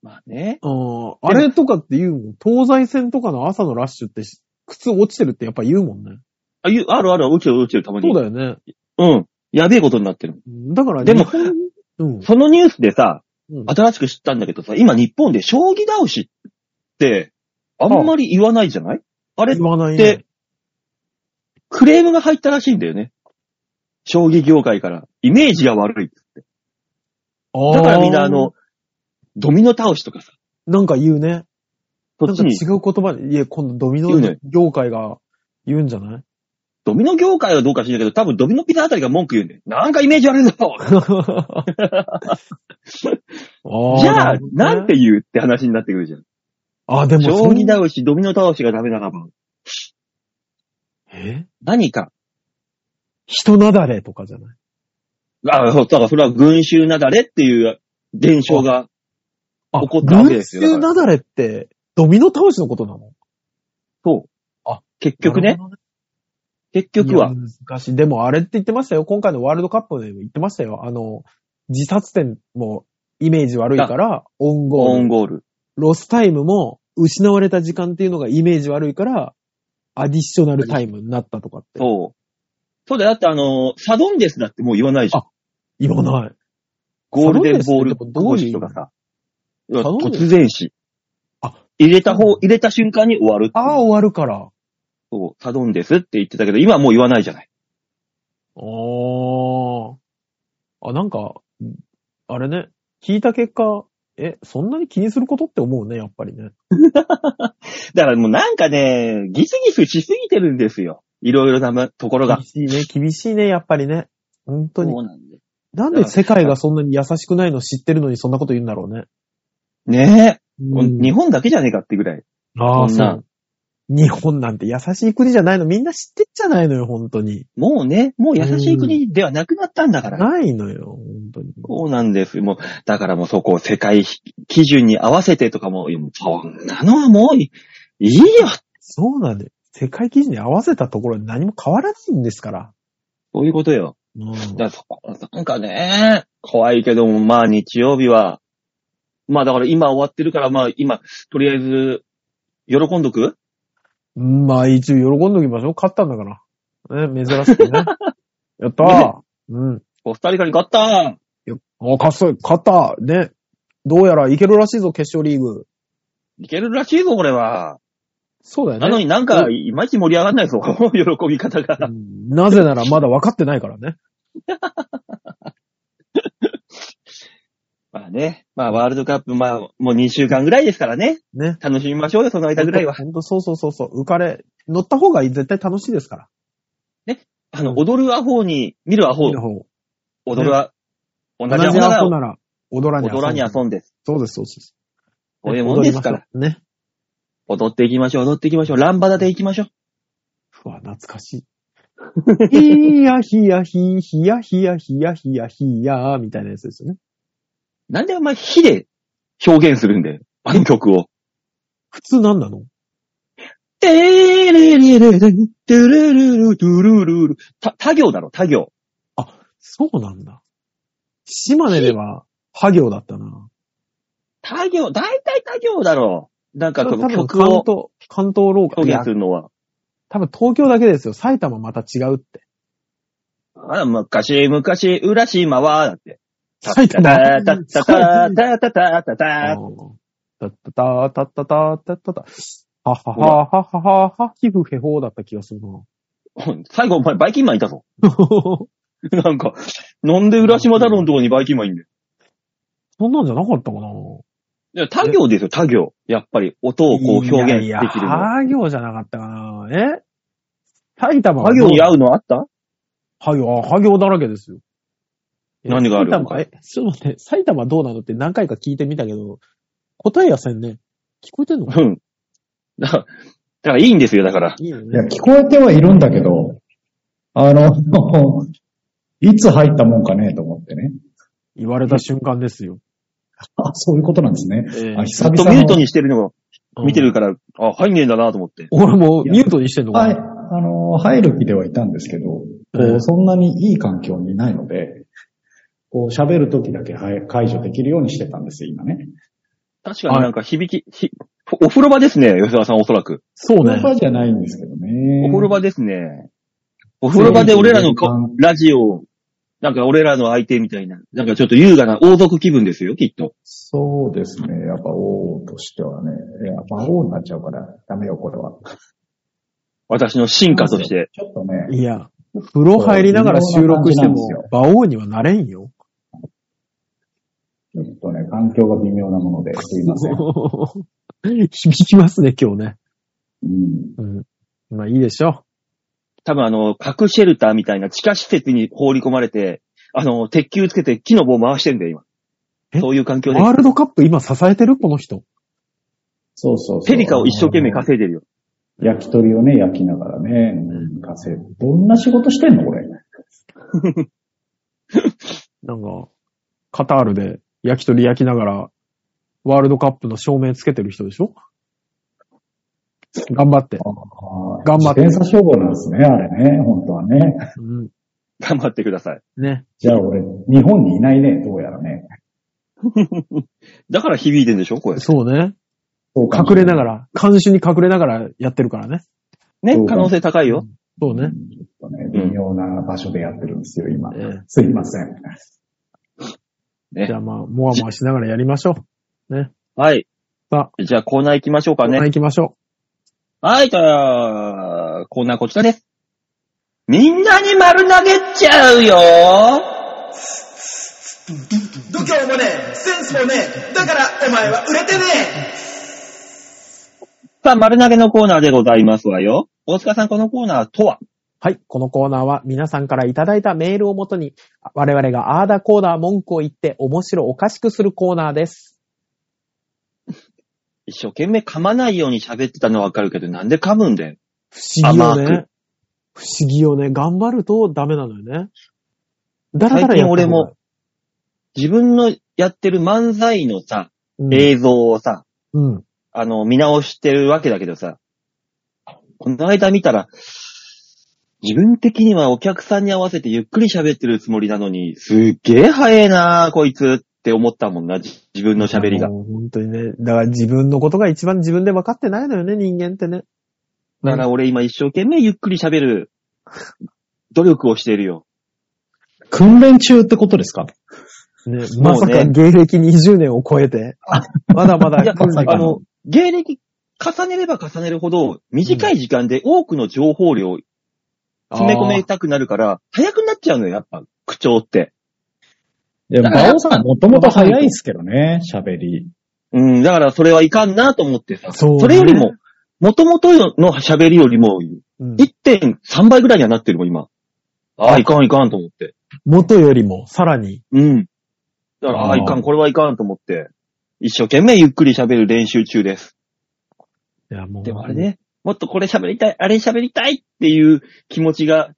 [SPEAKER 2] まあね。
[SPEAKER 3] うん、あれとかって言うもん。東西線とかの朝のラッシュってし、靴落ちてるってやっぱ言うもんね。
[SPEAKER 2] あ、いうあるある、落ちてる落ちてる、たまに。
[SPEAKER 3] そうだよね。
[SPEAKER 2] うん。やべえことになってる。
[SPEAKER 3] だから、
[SPEAKER 2] でも
[SPEAKER 3] 日本、うん。
[SPEAKER 2] そのニュースでさ、
[SPEAKER 3] うん
[SPEAKER 2] 新しく知ったんだけどさ、今日本で将棋倒しって、あんまり言わないじゃないあれ
[SPEAKER 3] 言、わない
[SPEAKER 2] で
[SPEAKER 3] ね。
[SPEAKER 2] クレームが入ったらしいんだよね。将棋業界から。イメージが悪い。だからみんなあの、ドミノ倒しとかさ、
[SPEAKER 3] あー、なんか言うね。
[SPEAKER 2] そ
[SPEAKER 3] な
[SPEAKER 2] っ
[SPEAKER 3] ん
[SPEAKER 2] ち
[SPEAKER 3] か違
[SPEAKER 2] に、
[SPEAKER 3] う言葉で、いや、今度ドミ
[SPEAKER 2] 言う
[SPEAKER 3] ノ
[SPEAKER 2] ね
[SPEAKER 3] 業界が言うんじゃ ない
[SPEAKER 2] ドミノ業界はどうかしらんけど、多分ドミノピザあたりが文句言うんだよ。なんかイメージ悪いぞじ
[SPEAKER 3] じ
[SPEAKER 2] ゃあ、なんて言うって話になってくるじゃん。
[SPEAKER 3] あ、でも
[SPEAKER 2] 将
[SPEAKER 3] そん
[SPEAKER 2] 棋倒し、ドミノ倒しがダメならば、
[SPEAKER 3] え
[SPEAKER 2] 何か、
[SPEAKER 3] 人なだれとかじゃない
[SPEAKER 2] あ、そう、だからそれは群衆なだれっていう現象が、
[SPEAKER 3] あ
[SPEAKER 2] 怒ったわけですよ
[SPEAKER 3] 群衆なだれって、ドミノ倒しのことなの
[SPEAKER 2] そう。
[SPEAKER 3] あ、
[SPEAKER 2] 結局ね、。結局は、
[SPEAKER 3] いや。難しい。でもあれって言ってましたよ。今回のワールドカップでも言ってましたよ。あの、自殺点もイメージ悪いから、オンゴ
[SPEAKER 2] オ
[SPEAKER 3] ー
[SPEAKER 2] ン
[SPEAKER 3] ル。
[SPEAKER 2] ゴール。
[SPEAKER 3] ロスタイムも失われた時間っていうのがイメージ悪いから、アディショナルタイムになったとかって。
[SPEAKER 2] そう。そうだよ、だってあの、サドンデスだってもう言わないじゃん。
[SPEAKER 3] 言わない。
[SPEAKER 2] ゴールデンボール
[SPEAKER 3] サドンデスってどう
[SPEAKER 2] ゴ
[SPEAKER 3] い
[SPEAKER 2] ー
[SPEAKER 3] う意味
[SPEAKER 2] ルとかさ。
[SPEAKER 3] サドンデス
[SPEAKER 2] 突然死。
[SPEAKER 3] あ
[SPEAKER 2] 入れた方、入れた瞬間に終わるっていう。
[SPEAKER 3] ああ、終わるから。
[SPEAKER 2] そう、サドンデスって言ってたけど、今はもう言わないじゃない。
[SPEAKER 3] おー。あ、なんか、あれね、聞いた結果、え、そんなに気にすることって思うね、やっぱりね。
[SPEAKER 2] だからもうなんかね、ギスギスしすぎてるんですよ。いろいろなまところが
[SPEAKER 3] 厳。しいね、厳しいね、やっぱりね。本当に。
[SPEAKER 2] うなんで
[SPEAKER 3] なんで世界がそんなに優しくないの知ってるのにそんなこと言うんだろうね。
[SPEAKER 2] ねえ、
[SPEAKER 3] うん
[SPEAKER 2] 日本だけじゃねえかってぐらい。
[SPEAKER 3] ああ、
[SPEAKER 2] そん
[SPEAKER 3] そ
[SPEAKER 2] な
[SPEAKER 3] う。日本なんて優しい国じゃないの。みんな知ってんじゃないのよ、本当に。
[SPEAKER 2] もうね、もう優しい国ではなくなったんだから。
[SPEAKER 3] ないのよ、本当に。
[SPEAKER 2] そうなんですよ。もう、だからもうそこを世界基準に合わせてとかも、いやもうそんなのはもういいいいよ。
[SPEAKER 3] そうなんだよ。世界基準に合わせたところに何も変わらないんですから。
[SPEAKER 2] そういうことよ。
[SPEAKER 3] うん。
[SPEAKER 2] だからそこ、なんかね、怖いけども、まあ日曜日は、まあだから今終わってるから、まあ今、とりあえず、喜んどく
[SPEAKER 3] うんまあ一応喜んでおきましょう。勝ったんだから。ね、珍しく ね。やったー。
[SPEAKER 2] ね
[SPEAKER 3] うん。
[SPEAKER 2] コスタリカに勝った
[SPEAKER 3] あ、勝った、勝った。ね。どうやらいけるらしいぞ、決勝リーグ。
[SPEAKER 2] いけるらしいぞ、これは。
[SPEAKER 3] そうだよね。
[SPEAKER 2] なのになんか、いまいち盛り上がんないぞ、 この喜び方が。
[SPEAKER 3] うんなぜならまだ分かってないからね。
[SPEAKER 2] まあね、まあワールドカップ、まあもう2週間ぐらいですからね。
[SPEAKER 3] ね。
[SPEAKER 2] 楽しみましょうよ、その間ぐらいは。
[SPEAKER 3] ほんとそうそうそうそう。浮かれ、乗った方が絶対楽しいですから。
[SPEAKER 2] あの、踊るアホに、見るアホ
[SPEAKER 3] 見、る方
[SPEAKER 2] 踊るア、同じ
[SPEAKER 3] 同
[SPEAKER 2] アホ
[SPEAKER 3] じ
[SPEAKER 2] な
[SPEAKER 3] ア
[SPEAKER 2] ら、
[SPEAKER 3] ホなら、踊らに
[SPEAKER 2] 踊らに遊んで。
[SPEAKER 3] そうです、そうです。
[SPEAKER 2] そういうもんですから。
[SPEAKER 3] 踊りましょう。ね。
[SPEAKER 2] 踊っていきましょう、踊っていきましょう。ランバダでいきましょう。
[SPEAKER 3] うわ、懐かしい。ひやひやひ、ひやひやひやひやひや、みたいなやつですよね。
[SPEAKER 2] なんでお前、火で表現するんだよ。あの曲を。
[SPEAKER 3] 普通なんなの
[SPEAKER 2] えーれれれれ、トゥルルル、トゥルルル。た、他行だろ、他行。
[SPEAKER 3] そうなんだ。島根では、ハ行だったな。
[SPEAKER 2] 他行、大体他行だろ。なんかこ
[SPEAKER 3] 多
[SPEAKER 2] の
[SPEAKER 3] 分
[SPEAKER 2] 曲を
[SPEAKER 3] 関東、関東ローカル。
[SPEAKER 2] 表
[SPEAKER 3] いや
[SPEAKER 2] 現す、るのは。
[SPEAKER 3] 多分東京だけですよ。埼玉また違うって。
[SPEAKER 2] あら、昔、昔、浦島は、だって。
[SPEAKER 3] 埼玉
[SPEAKER 2] たたたたたたたたた。
[SPEAKER 3] たったたたったたたたた。ははははははは、ひふへほうだった気がする な。
[SPEAKER 2] 最後お前、バイキンマンいたぞ。 なんか、なんで浦島太郎のとこにバイキンマンいんだよ。
[SPEAKER 3] そんなんじゃなかったかない
[SPEAKER 2] や、他行ですよ、他行。やっぱり、音をこう表現できる
[SPEAKER 3] いや
[SPEAKER 2] の
[SPEAKER 3] いや、
[SPEAKER 2] は。
[SPEAKER 3] は行じゃなかったかなえ埼玉は
[SPEAKER 2] 他行に合
[SPEAKER 3] う
[SPEAKER 2] うのあった
[SPEAKER 3] は行、は行だらけですよ。
[SPEAKER 2] 何がある
[SPEAKER 3] 埼玉、え、ちょっと待って、埼玉どうなのって何回か聞いてみたけど、答えやせんね。聞こえてんの
[SPEAKER 2] うん。 だから、だからいいんですよ、だから。
[SPEAKER 3] いいよね
[SPEAKER 1] いや、。聞こえてはいるんだけど、あの、 いつ入ったもんかねと思ってね。
[SPEAKER 3] 言われた瞬間ですよ。
[SPEAKER 1] あ、そういうことなんですね。
[SPEAKER 3] ええ
[SPEAKER 1] あ、
[SPEAKER 2] ず
[SPEAKER 1] 久
[SPEAKER 2] っと
[SPEAKER 1] 々
[SPEAKER 2] ミュー
[SPEAKER 1] の
[SPEAKER 2] トにしてるのを見てるから、あ、入んねえんだなと思って。
[SPEAKER 3] 俺もうミュートにしてんのか
[SPEAKER 1] はい
[SPEAKER 3] な。
[SPEAKER 1] あの、入る気ではいたんですけど、こう
[SPEAKER 3] ええ
[SPEAKER 1] そんなにいい環境にないので、こう喋るときだけはい解除できるようにしてたんですよ、今ね。
[SPEAKER 2] 確かになんか響き、ひお風呂場ですね、吉沢さんおそらく。
[SPEAKER 3] そう
[SPEAKER 1] お
[SPEAKER 3] ね
[SPEAKER 1] 風呂。場じゃないんですけどね。
[SPEAKER 2] お風呂場ですね。お風呂場で俺らのこラジオを、なんか俺らの相手みたいな、なんかちょっと優雅な王族気分ですよ、きっと。
[SPEAKER 1] そうですね。やっぱ王としてはね、やっぱ王になっちゃうからダメよ、これは。
[SPEAKER 2] 私の進化として。
[SPEAKER 1] ちょっとね、
[SPEAKER 3] いや、風呂入りながら収録しても、馬王にはなれんよ。
[SPEAKER 1] ちょっとね、環境が微妙なもので、すいません。
[SPEAKER 3] 響きますね、今日ね。
[SPEAKER 1] うん
[SPEAKER 3] うん。まあいいでしょ
[SPEAKER 2] 多分あの、核シェルターみたいな地下施設に放り込まれて、あの、鉄球つけて木の棒回してんだよ、今。
[SPEAKER 3] え
[SPEAKER 2] そういう環境
[SPEAKER 3] う。
[SPEAKER 2] で。
[SPEAKER 3] ワールドカップ今支えてるこの人。
[SPEAKER 1] そうそうそう。
[SPEAKER 2] ペリカを一生懸命
[SPEAKER 1] い
[SPEAKER 2] 稼いでるよ。
[SPEAKER 1] 焼き鳥をね、焼きながらね、うん稼いでどんな仕事してんのこれ。
[SPEAKER 3] なんか、カタールで焼き鳥焼きながら、ワールドカップの照明つけてる人でしょ頑張って。頑
[SPEAKER 1] 頑
[SPEAKER 3] 張って
[SPEAKER 1] 自転車消防なんですね、あれね、本当はね。
[SPEAKER 3] うん。
[SPEAKER 2] 頑張ってください。
[SPEAKER 3] ね。
[SPEAKER 1] じゃあ俺、日本にいないね、どうやらね。
[SPEAKER 2] だから響いてんでしょ、これ。
[SPEAKER 3] そうね。
[SPEAKER 1] そうかも
[SPEAKER 3] 隠れながら、監視に隠れながらやってるからね。
[SPEAKER 2] ね
[SPEAKER 1] そう、か
[SPEAKER 2] 可能性高いよ。
[SPEAKER 3] そうね。
[SPEAKER 1] ちょっとね、微妙な場所でやってるんですよ、今。
[SPEAKER 3] ええ
[SPEAKER 1] すいません。
[SPEAKER 2] ね
[SPEAKER 3] じゃあまあ、もわもわしながらやりましょう。
[SPEAKER 2] はい。
[SPEAKER 3] さ
[SPEAKER 2] じゃあコーナー行きましょうかね。
[SPEAKER 3] 行きましょ
[SPEAKER 2] はい、じゃあ、コーナーこちらです。みんなに丸投げちゃうよ
[SPEAKER 4] 度胸もねえ、センスもねえ、だからお前は売れてねえ
[SPEAKER 2] さあ、丸投げのコーナーでございますわよ。大塚さん、このコーナーとは
[SPEAKER 3] う。はい。このコーナーは皆さんからいただいたメールをもとに、我々があーだこーだ文句を言って面白おかしくするコーナーです。
[SPEAKER 2] 一生懸命噛まないように喋ってたのはわかるけど、なんで噛むんだよ。
[SPEAKER 3] 不思議よ
[SPEAKER 2] 甘
[SPEAKER 3] ね。不思議よね。頑張るとダメなのよね。だらだら
[SPEAKER 2] 最
[SPEAKER 3] や
[SPEAKER 2] 近
[SPEAKER 3] って
[SPEAKER 2] 俺も、自分のやってる漫才のさ、
[SPEAKER 3] うん、
[SPEAKER 2] 映像をさ、
[SPEAKER 3] うん。
[SPEAKER 2] あの、見直してるわけだけどさ、この間見たら、自分的にはお客さんに合わせてゆっくり喋ってるつもりなのに、すっげえ早えなこいつって思ったもんな、じ自分の喋りが。
[SPEAKER 3] もう本当にね。だから自分のことが一番自分で分かってないのよね、人間ってね。
[SPEAKER 2] だから俺今一生懸命ゆっくり喋る努力をしているよ。
[SPEAKER 1] 訓練中ってことですか
[SPEAKER 3] ねまさか芸歴20年を超 えて、まだまだ
[SPEAKER 2] いや、
[SPEAKER 3] 訓練が
[SPEAKER 2] あの、芸歴重ねれば重ねるほど、短い時間で多くの情報量を詰め込めたくなるから、早くなっちゃうのよ、やっぱ、口調って。
[SPEAKER 1] いや、
[SPEAKER 2] だから
[SPEAKER 1] 馬王さんもともと早いですけどね、喋り。
[SPEAKER 2] うん、だからそれはいかんなと思ってさ。
[SPEAKER 3] そうね
[SPEAKER 2] れよりも、元々の喋りよりも、
[SPEAKER 3] うん
[SPEAKER 2] 1.3倍ぐらいにはなってるもん、今。ああ、いかんいかんと思って。
[SPEAKER 3] 元よりも、さらに。
[SPEAKER 2] うん。だから、あ
[SPEAKER 1] あ
[SPEAKER 2] あ、
[SPEAKER 1] ー
[SPEAKER 2] いかん、これはいかんと思って、一生懸命ゆっくり喋る練習中です。
[SPEAKER 3] いや、もう。
[SPEAKER 2] でもあれ。ね、もっとこれ喋りたい、あれ喋りたいっていう気持ちが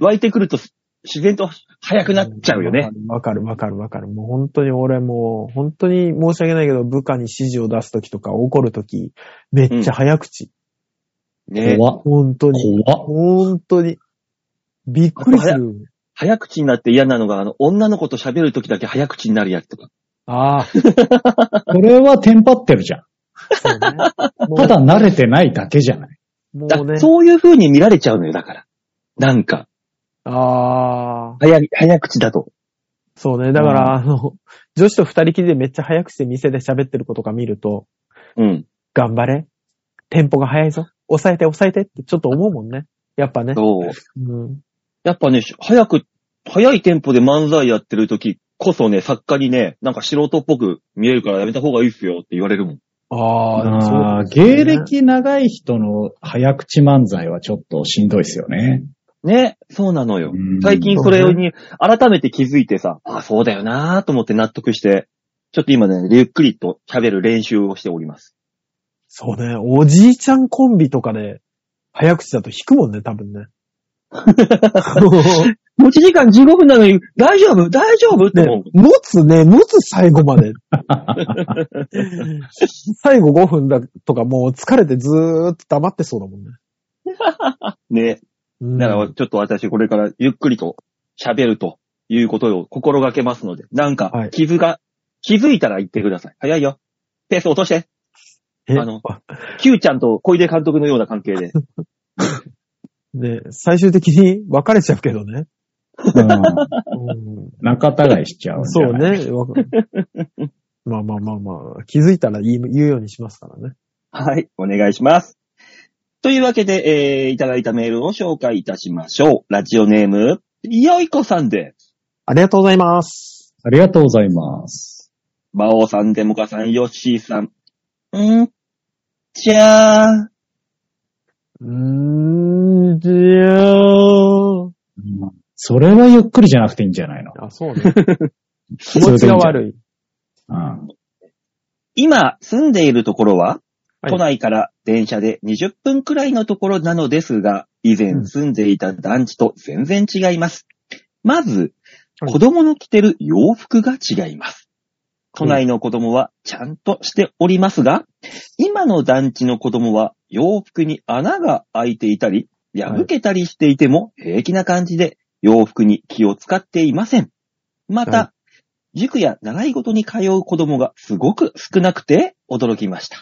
[SPEAKER 2] 湧いてくると、自然と早くなっちゃうよね。。
[SPEAKER 3] わかるわかるわかる。もう本当に俺もう、本当に申し訳ないけど、部下に指示を出すときとか怒るとき、めっちゃ早口。
[SPEAKER 2] ね
[SPEAKER 1] 怖っ。
[SPEAKER 3] 本当に。
[SPEAKER 1] 怖っ。
[SPEAKER 3] 本当に。びっくりする。
[SPEAKER 2] 早口になって嫌なのが、あの、女の子と喋るときだけ早口になるやつとか。
[SPEAKER 3] ああ、
[SPEAKER 1] これはテンパってるじゃん。
[SPEAKER 3] そうね。もう
[SPEAKER 1] ただ慣れてないだけじゃない。
[SPEAKER 3] も
[SPEAKER 2] だ
[SPEAKER 3] うね。
[SPEAKER 2] そういう風に見られちゃうのよ、だから。なんか、
[SPEAKER 3] ああ、
[SPEAKER 2] 早い、早口だと。
[SPEAKER 3] そうね。だから、あの、女子と二人きりでめっちゃ早口で店で喋ってる子とか見ると、
[SPEAKER 2] うん。
[SPEAKER 3] 頑張れ。テンポが早いぞ。抑えて抑えてってちょっと思うもんね。やっぱね。
[SPEAKER 2] そう。
[SPEAKER 3] うん。
[SPEAKER 2] やっぱね、早く、早いテンポで漫才やってるときこそね、作家にね、なんか素人っぽく見えるからやめた方がいいっすよって言われるもん。
[SPEAKER 3] あ
[SPEAKER 1] あー芸歴長い人の早口漫才はちょっとしんどいですよね。
[SPEAKER 2] ね、そうなのよ。
[SPEAKER 1] うん
[SPEAKER 2] 最近それに改めて気づいてさ、あ、そうだよなぁと思って納得して、ちょっと今ね、ゆっくりと喋る練習をしております。
[SPEAKER 3] そうね。おじいちゃんコンビとかで、早口だと引くもんね、多分 ね。
[SPEAKER 2] 持ち時間15分なのに、大丈夫大丈夫って
[SPEAKER 3] ね
[SPEAKER 2] 思う。、
[SPEAKER 3] 持つね、持つ最後まで。 最後5分だとかもう疲れてずーっと黙ってそうだもんね。
[SPEAKER 2] ね。
[SPEAKER 3] うん
[SPEAKER 2] だからちょっと私これからゆっくりと喋るということを心がけますので、なん
[SPEAKER 3] は
[SPEAKER 2] か
[SPEAKER 3] い
[SPEAKER 2] 傷が、気づいたら言ってください。早いよ。ペース落として。
[SPEAKER 3] え
[SPEAKER 2] あの Q ちゃんと小出監督のような関係 で。
[SPEAKER 3] ね、最終的に別れちゃうけどね。
[SPEAKER 1] うん
[SPEAKER 3] うん
[SPEAKER 1] 仲違いしちゃうんじゃ
[SPEAKER 3] そう
[SPEAKER 1] ない。
[SPEAKER 3] ね。 わかまあまあまあまあ、気づいたら言う言うようにしますからね。
[SPEAKER 2] はい、お願いします。というわけで、えー、いただいたメールを紹介いたしましょう。ラジオネーム、よいこさんで、
[SPEAKER 3] ありがとうございます。
[SPEAKER 1] ありがとうございます。
[SPEAKER 2] 馬王さん、デモカさん、ヨッシーさん。んじゃー。
[SPEAKER 3] うーん、じゃあ。
[SPEAKER 1] うんそれはゆっくりじゃなくていいんじゃないの
[SPEAKER 3] あ、そうね。気持ちが悪い。
[SPEAKER 1] うん
[SPEAKER 2] 今、住んでいるところは、
[SPEAKER 3] はい
[SPEAKER 2] 都内から電車で20分くらいのところなのですが、以前住んでいた団地と全然違います。まず、
[SPEAKER 3] はい
[SPEAKER 2] 子供の着てる洋服が違います。
[SPEAKER 3] は
[SPEAKER 2] 都
[SPEAKER 3] い
[SPEAKER 2] 内の子供はちゃんとしておりますが、今の団地の子供は洋服に穴が開いていたり、破けたりしていても平気な感じで洋服に気を使っていません。また、
[SPEAKER 3] は
[SPEAKER 2] 塾や習い事に通う子供がすごく少なくて驚きました。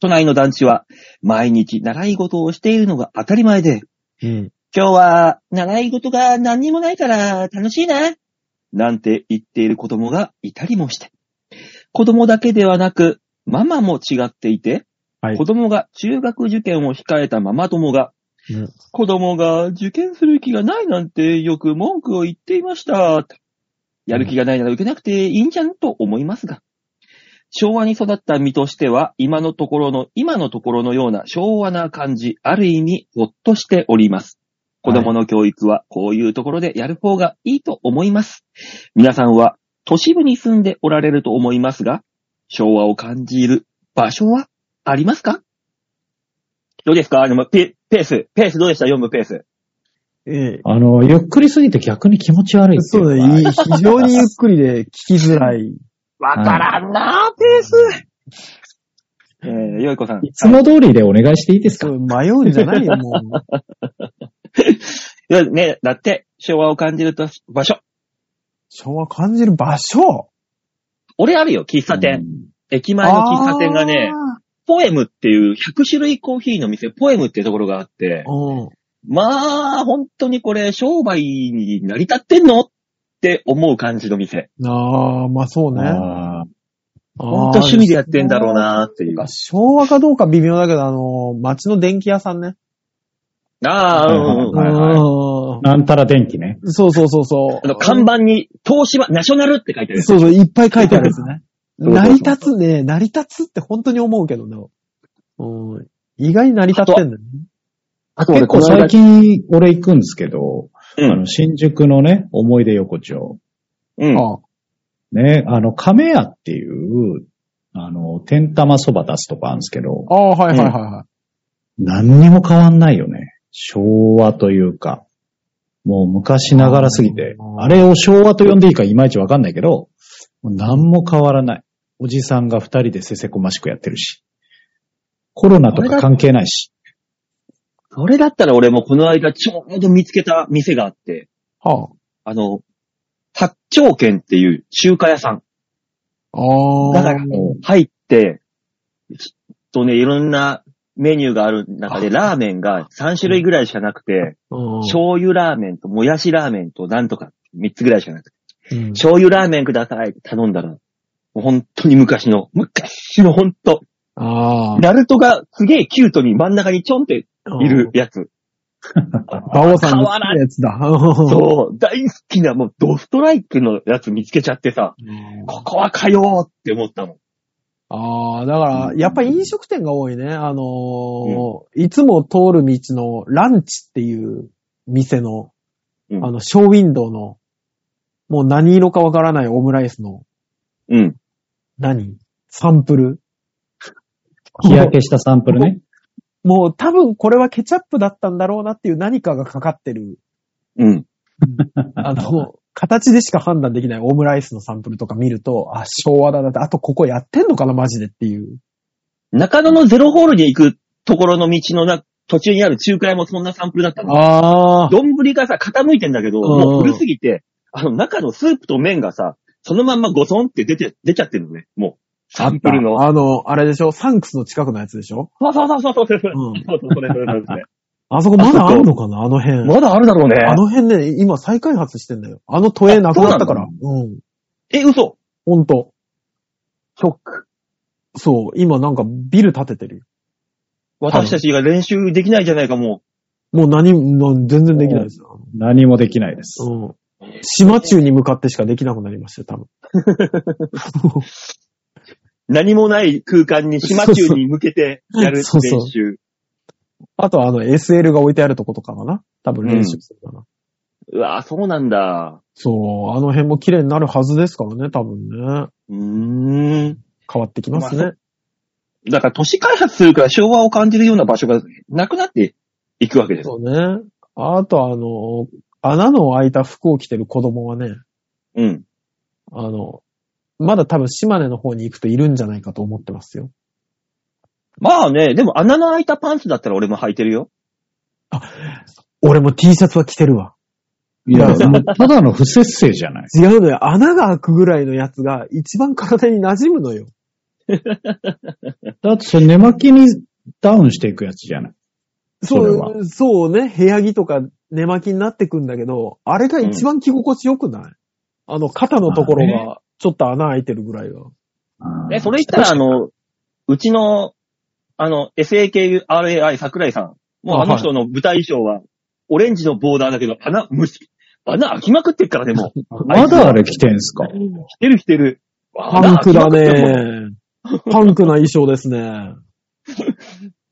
[SPEAKER 2] 都内の団地は毎日習い事をしているのが当たり前で、
[SPEAKER 3] うん。
[SPEAKER 2] 今日は習い事が何にもないから楽しいな、なんて言っている子供がいたりもして。子供だけではなく、ママも違っていて、
[SPEAKER 3] はい
[SPEAKER 2] 子供が中学受験を控えたママ友が、
[SPEAKER 3] うん
[SPEAKER 2] 子供が受験する気がないなんてよく文句を言っていました。とやる気がないなら受けなくていいんじゃんと思いますが。昭和に育った身としては、今のところの、今のところのような昭和な感じ、ある意味、ほっとしております。子供の教育はこういうところでやる方がいいと思います。皆さんは都市部に住んでおられると思いますが、昭和を感じる場所はありますかどうですかあの、ペペース、ペースどうでした読むペース。
[SPEAKER 3] え
[SPEAKER 1] あの、ゆっくりすぎて逆に気持ち悪い
[SPEAKER 3] え、
[SPEAKER 1] って
[SPEAKER 3] そ
[SPEAKER 1] い
[SPEAKER 3] う
[SPEAKER 1] か
[SPEAKER 3] うね。い非常にゆっくりで聞きづらい。
[SPEAKER 2] わからんなぁ、ペース。えー、よいこさん。
[SPEAKER 1] いつも通りでお願いしていいですか、
[SPEAKER 3] そう迷うんじゃないよ、も う。
[SPEAKER 2] いやね、だって、昭和を感じると場所。
[SPEAKER 3] 昭和感じる場所
[SPEAKER 2] 俺あるよ、喫茶店。駅前の喫茶店がね、。ポエムっていう100種類コーヒーの店、ポエムっていうところがあって、
[SPEAKER 3] あーうん。
[SPEAKER 2] まあ、本当にこれ商売に成り立ってんのって思う感じの店。
[SPEAKER 3] ああ、まあそう
[SPEAKER 1] うん
[SPEAKER 3] ね。
[SPEAKER 1] あー
[SPEAKER 2] 本当趣味でやってんだろうなっていう
[SPEAKER 3] あー。。昭和かどうか微妙だけど、あのー、街の電気屋さんね。
[SPEAKER 2] ああ、うんうん、はいはい。
[SPEAKER 3] うん
[SPEAKER 1] なんたら電気ね。
[SPEAKER 3] そうそうそうそう。
[SPEAKER 2] あの、看板に、東芝、ナショナルって書いてある。
[SPEAKER 3] そうそう、いっぱい書いてあるんですね。
[SPEAKER 2] そうそうそう
[SPEAKER 3] 成り立つね、成り立つって本当に思うけどね。うん。意外に成り立ってんだよね。
[SPEAKER 2] あと
[SPEAKER 1] 結構最近俺行くんですけど、
[SPEAKER 2] うん
[SPEAKER 1] あの新宿のね、思い出横丁。
[SPEAKER 2] うん。
[SPEAKER 3] ああ
[SPEAKER 1] ね、あの、亀屋っていう、あの、天玉そば出すとこあるんですけど、
[SPEAKER 3] ああ、はいはいはいはい。
[SPEAKER 1] 何にも変わんないよね。昭和というか、もう昔ながらすぎて
[SPEAKER 3] あ、ー
[SPEAKER 1] あれを昭和と呼んでいいかいまいちわかんないけど、もう何も変わらない。おじさんが二人でせせこましくやってるし。コロナとか関係ないし。
[SPEAKER 2] それだったら俺もこの間ちょうど見つけた店があって、
[SPEAKER 3] は
[SPEAKER 2] あの、八丁軒っていう中華屋さん
[SPEAKER 3] あ。あ
[SPEAKER 2] だ
[SPEAKER 3] あ。
[SPEAKER 2] から入って、ちょっとね、いろんなメニューがある中で、ラーメンが3種類ぐらいしかなくて、
[SPEAKER 3] うん、
[SPEAKER 2] 醤油ラーメンともやしラーメンとなんとか3つぐらいしかなくて、
[SPEAKER 3] うん
[SPEAKER 2] 醤油ラーメンくださいって頼んだら、もう本当に昔の、昔の本当、
[SPEAKER 3] ああ。
[SPEAKER 2] ナルトがすげえキュートに真ん中にちょんっているやつ。
[SPEAKER 3] バオさんの好きなやつだ。 そ
[SPEAKER 2] そう、大好きなもうドストライクのやつ見つけちゃってさ、
[SPEAKER 3] うん。
[SPEAKER 2] ここは通おうって思ったの。
[SPEAKER 3] ああ、だから、やっぱり飲食店が多いね。あのーいつも通る道のランチっていう店の、
[SPEAKER 2] うん
[SPEAKER 3] あの、ショーウィンドウの、もう何色かわからないオムライスの、
[SPEAKER 2] うん。
[SPEAKER 3] 何サンプル。
[SPEAKER 1] 日焼けしたサンプルね。
[SPEAKER 3] もう多分これはケチャップだったんだろうなっていう何かがかかってる、
[SPEAKER 2] うん。
[SPEAKER 3] あの、形でしか判断できないオムライスのサンプルとか見ると、あ、昭和だなって、あとここやってんのかなマジでっていう。
[SPEAKER 2] 中野のゼロホールに行くところの道のな、途中にある中華屋もそんなサンプルだったの。
[SPEAKER 3] ああ。
[SPEAKER 2] どんぶりがさ、傾いてんだけど、
[SPEAKER 3] ん
[SPEAKER 2] もう古すぎて、あの中のスープと麺がさ、そのまんまゴソンって出て、出ちゃってるのね。もう、サンプルの。
[SPEAKER 3] あの、あれでしょサンクスの近くのやつでしょ
[SPEAKER 2] そうそうそうそうそう。そうそう
[SPEAKER 3] うん
[SPEAKER 2] そうそれそれそれそれ
[SPEAKER 3] あそこまだあるのかなあの辺。
[SPEAKER 2] まだあるだろうね。
[SPEAKER 3] あの辺ね、今再開発してんだよ。あの都営なくなったから。うん。
[SPEAKER 2] え、嘘
[SPEAKER 3] ほんと。
[SPEAKER 2] ショック。
[SPEAKER 3] そう。今なんかビル建ててるよ。
[SPEAKER 2] 私たちが練習できないじゃないか、も
[SPEAKER 3] もう何も、な全然できないですよ。
[SPEAKER 1] 何もできないです。
[SPEAKER 3] うん。島中に向かってしかできなくなりましたよ、多分。
[SPEAKER 2] う。何もない空間に島中に向けてやる練習。
[SPEAKER 3] そうそうあとはあの SL が置いてあるとことかかな多分練習するかな。
[SPEAKER 2] うわぁ、そうなんだ。
[SPEAKER 3] そう。あの辺も綺麗になるはずですからね、多分ね。
[SPEAKER 2] うーん。
[SPEAKER 3] 変わってきますね。
[SPEAKER 2] だから都市開発するから昭和を感じるような場所がなくなっていくわけです。
[SPEAKER 3] そうね。あとあの、穴の開いた服を着てる子供はね、
[SPEAKER 2] うん。
[SPEAKER 3] あの、まだ多分島根の方に行くといるんじゃないかと思ってますよ。
[SPEAKER 2] まあね、でも穴の開いたパンツだったら俺も履いてるよ。
[SPEAKER 3] 俺も T シャツは着てるわ。
[SPEAKER 1] いや、もうただの不節制じゃない。
[SPEAKER 3] 違うのよ。穴が開くぐらいのやつが一番体に馴染むのよ。
[SPEAKER 1] だってそれ寝巻きにダウンしていくやつじゃない。
[SPEAKER 3] そ
[SPEAKER 1] それは
[SPEAKER 3] う、そうね。部屋着とか寝巻きになってくんだけど、あれが一番着心地よくない、あの、肩のところ
[SPEAKER 1] ま
[SPEAKER 3] がちょっと穴開いてるぐらいが。
[SPEAKER 2] え、それ言ったらあの、うちの、あの、SAKURAI 桜井さん。もう
[SPEAKER 3] あ
[SPEAKER 2] あの人の舞台衣装は、オレンジのボーダーだけど、穴、むし、穴開きまくってっからね、も う。
[SPEAKER 1] まだあれ着てんすか
[SPEAKER 2] 着てる着てる。
[SPEAKER 3] パンクだ
[SPEAKER 2] 穴開きまくってるもん。
[SPEAKER 3] ね。パンクな衣装ですね。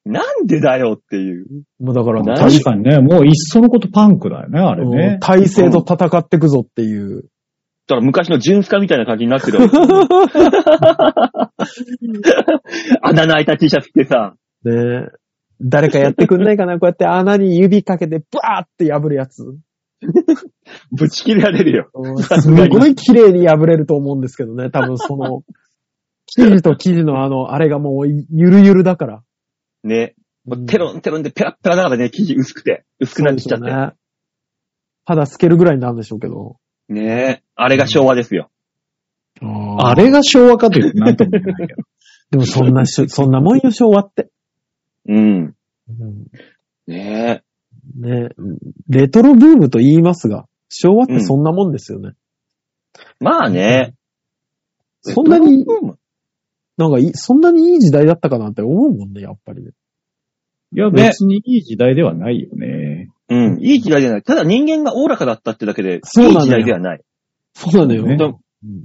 [SPEAKER 2] なんでだよっていう。
[SPEAKER 3] もうだから、
[SPEAKER 2] 何
[SPEAKER 1] 確かにね、もういっそのことパンクだよね、あれ
[SPEAKER 3] うん
[SPEAKER 1] ね。
[SPEAKER 3] 体制と戦ってくぞっていう。
[SPEAKER 2] だから昔の純スカみたいな感じになってるわ け。穴の開いた T シャツ着てさ。
[SPEAKER 3] ねえ。誰かやってくんないかなこうやって穴に指かけて、バーって破るやつ。
[SPEAKER 2] ぶち切れられるよ。
[SPEAKER 3] すごい綺麗に破れると思うんですけどね。多分その、生地と生地のあの、あれがもう、ゆるゆるだから。
[SPEAKER 2] ね。もうテロンテロンでペラッペラだからね、生地薄くて、薄くなってきちゃって。
[SPEAKER 3] そうですよね肌透けるぐらいになるんでしょうけど。
[SPEAKER 2] ねあれが昭和ですよ。
[SPEAKER 1] あれが昭和 かというとなんとも言えないけど。
[SPEAKER 3] でもそんなし、そんなもんよ、昭和って。
[SPEAKER 2] うん。
[SPEAKER 3] うん
[SPEAKER 2] ね
[SPEAKER 3] ねレトロブームと言いますが、昭和ってそんなもんですよね。
[SPEAKER 2] まあね。
[SPEAKER 3] そんなに
[SPEAKER 2] レトロブーム
[SPEAKER 3] なんかいい、そんなにいい時代だったかなって思うもんね、やっぱりね。
[SPEAKER 1] いや、
[SPEAKER 2] ね
[SPEAKER 1] 別にいい時代ではないよね。
[SPEAKER 2] うん。いい時代じゃない。ただ人間がおおらかだったってだけで、いい
[SPEAKER 3] そうなのよ
[SPEAKER 2] 時代ではない。
[SPEAKER 3] そうなのよ。
[SPEAKER 1] ね
[SPEAKER 2] だ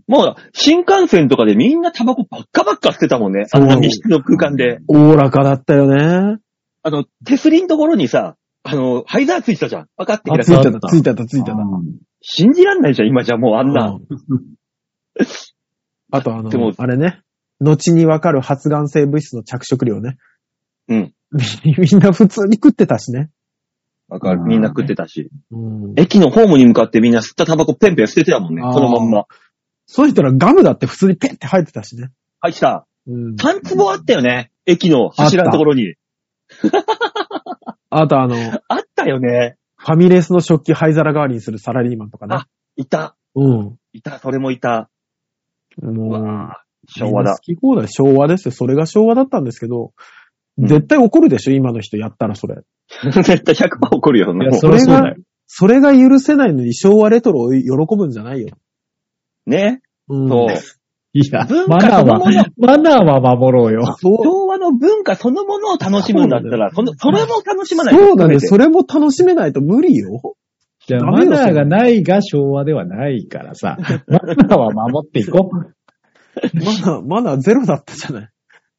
[SPEAKER 2] もう、新幹線とかでみんなタバコばっかばっか捨てたもんね。あんな密室の空間で。
[SPEAKER 3] おおらかだったよね。
[SPEAKER 2] あの、手すりのところにさ、あの、ハイザーついてたじゃん。分かってき
[SPEAKER 3] あ
[SPEAKER 2] た
[SPEAKER 3] つい
[SPEAKER 2] さ
[SPEAKER 3] てた、ついてた、ついてた。
[SPEAKER 2] 信じらんないじゃん、今じゃもうあんな。
[SPEAKER 3] うんあとあ
[SPEAKER 2] でも
[SPEAKER 3] の、あれね。後にわかる発がん性物質の着色料ね。
[SPEAKER 2] うん。
[SPEAKER 3] み みんな普通に食ってたしね。
[SPEAKER 2] わかる。みんな食ってたし。
[SPEAKER 3] うん。
[SPEAKER 2] 駅のホームに向かってみんな吸ったタバコペンペン捨ててたもんね。
[SPEAKER 3] あー
[SPEAKER 2] そのまんま。
[SPEAKER 3] そうしたらガムだって普通にペッて入ってたしね。
[SPEAKER 2] はい、来た。
[SPEAKER 3] うん。
[SPEAKER 2] 3坪あったよね。駅の柱のところに。
[SPEAKER 3] あとあの、フ
[SPEAKER 2] あったよね。
[SPEAKER 3] ァミレスの食器灰皿代わりにするサラリーマンとかね
[SPEAKER 2] あ。いた。
[SPEAKER 3] うん。
[SPEAKER 2] いた、それもいた。う
[SPEAKER 3] もう、
[SPEAKER 2] わぁ昭和だ。
[SPEAKER 3] みんな好き放題昭和ですよ。それが昭和だったんですけど、
[SPEAKER 2] うん
[SPEAKER 3] 絶対怒るでしょ、今の人やったらそれ。
[SPEAKER 2] 絶対100%怒るよ。
[SPEAKER 1] い
[SPEAKER 2] も
[SPEAKER 1] や、そうりゃそうだよ。
[SPEAKER 3] それが許せないのに昭和レトロを喜ぶんじゃないよ。
[SPEAKER 2] ね。
[SPEAKER 3] うん。
[SPEAKER 2] そう。
[SPEAKER 1] いや
[SPEAKER 2] 文、
[SPEAKER 1] マ
[SPEAKER 2] 化
[SPEAKER 1] ナ
[SPEAKER 2] そ
[SPEAKER 1] ー
[SPEAKER 2] の
[SPEAKER 1] は
[SPEAKER 2] も、の、
[SPEAKER 1] マナーは守ろうよ。
[SPEAKER 3] そう
[SPEAKER 2] 昭和の文化そのものを楽しむんだったら、その、それも楽しまないと。
[SPEAKER 3] そうだね。
[SPEAKER 2] 全て
[SPEAKER 3] それも楽しめないと無 理よ。
[SPEAKER 1] じゃ あ、
[SPEAKER 3] ダ
[SPEAKER 1] マ
[SPEAKER 3] メだ
[SPEAKER 1] ナーがないが昭和ではないからさ、マナーは守っていこう。
[SPEAKER 3] マナー、マナーゼロだったじゃない。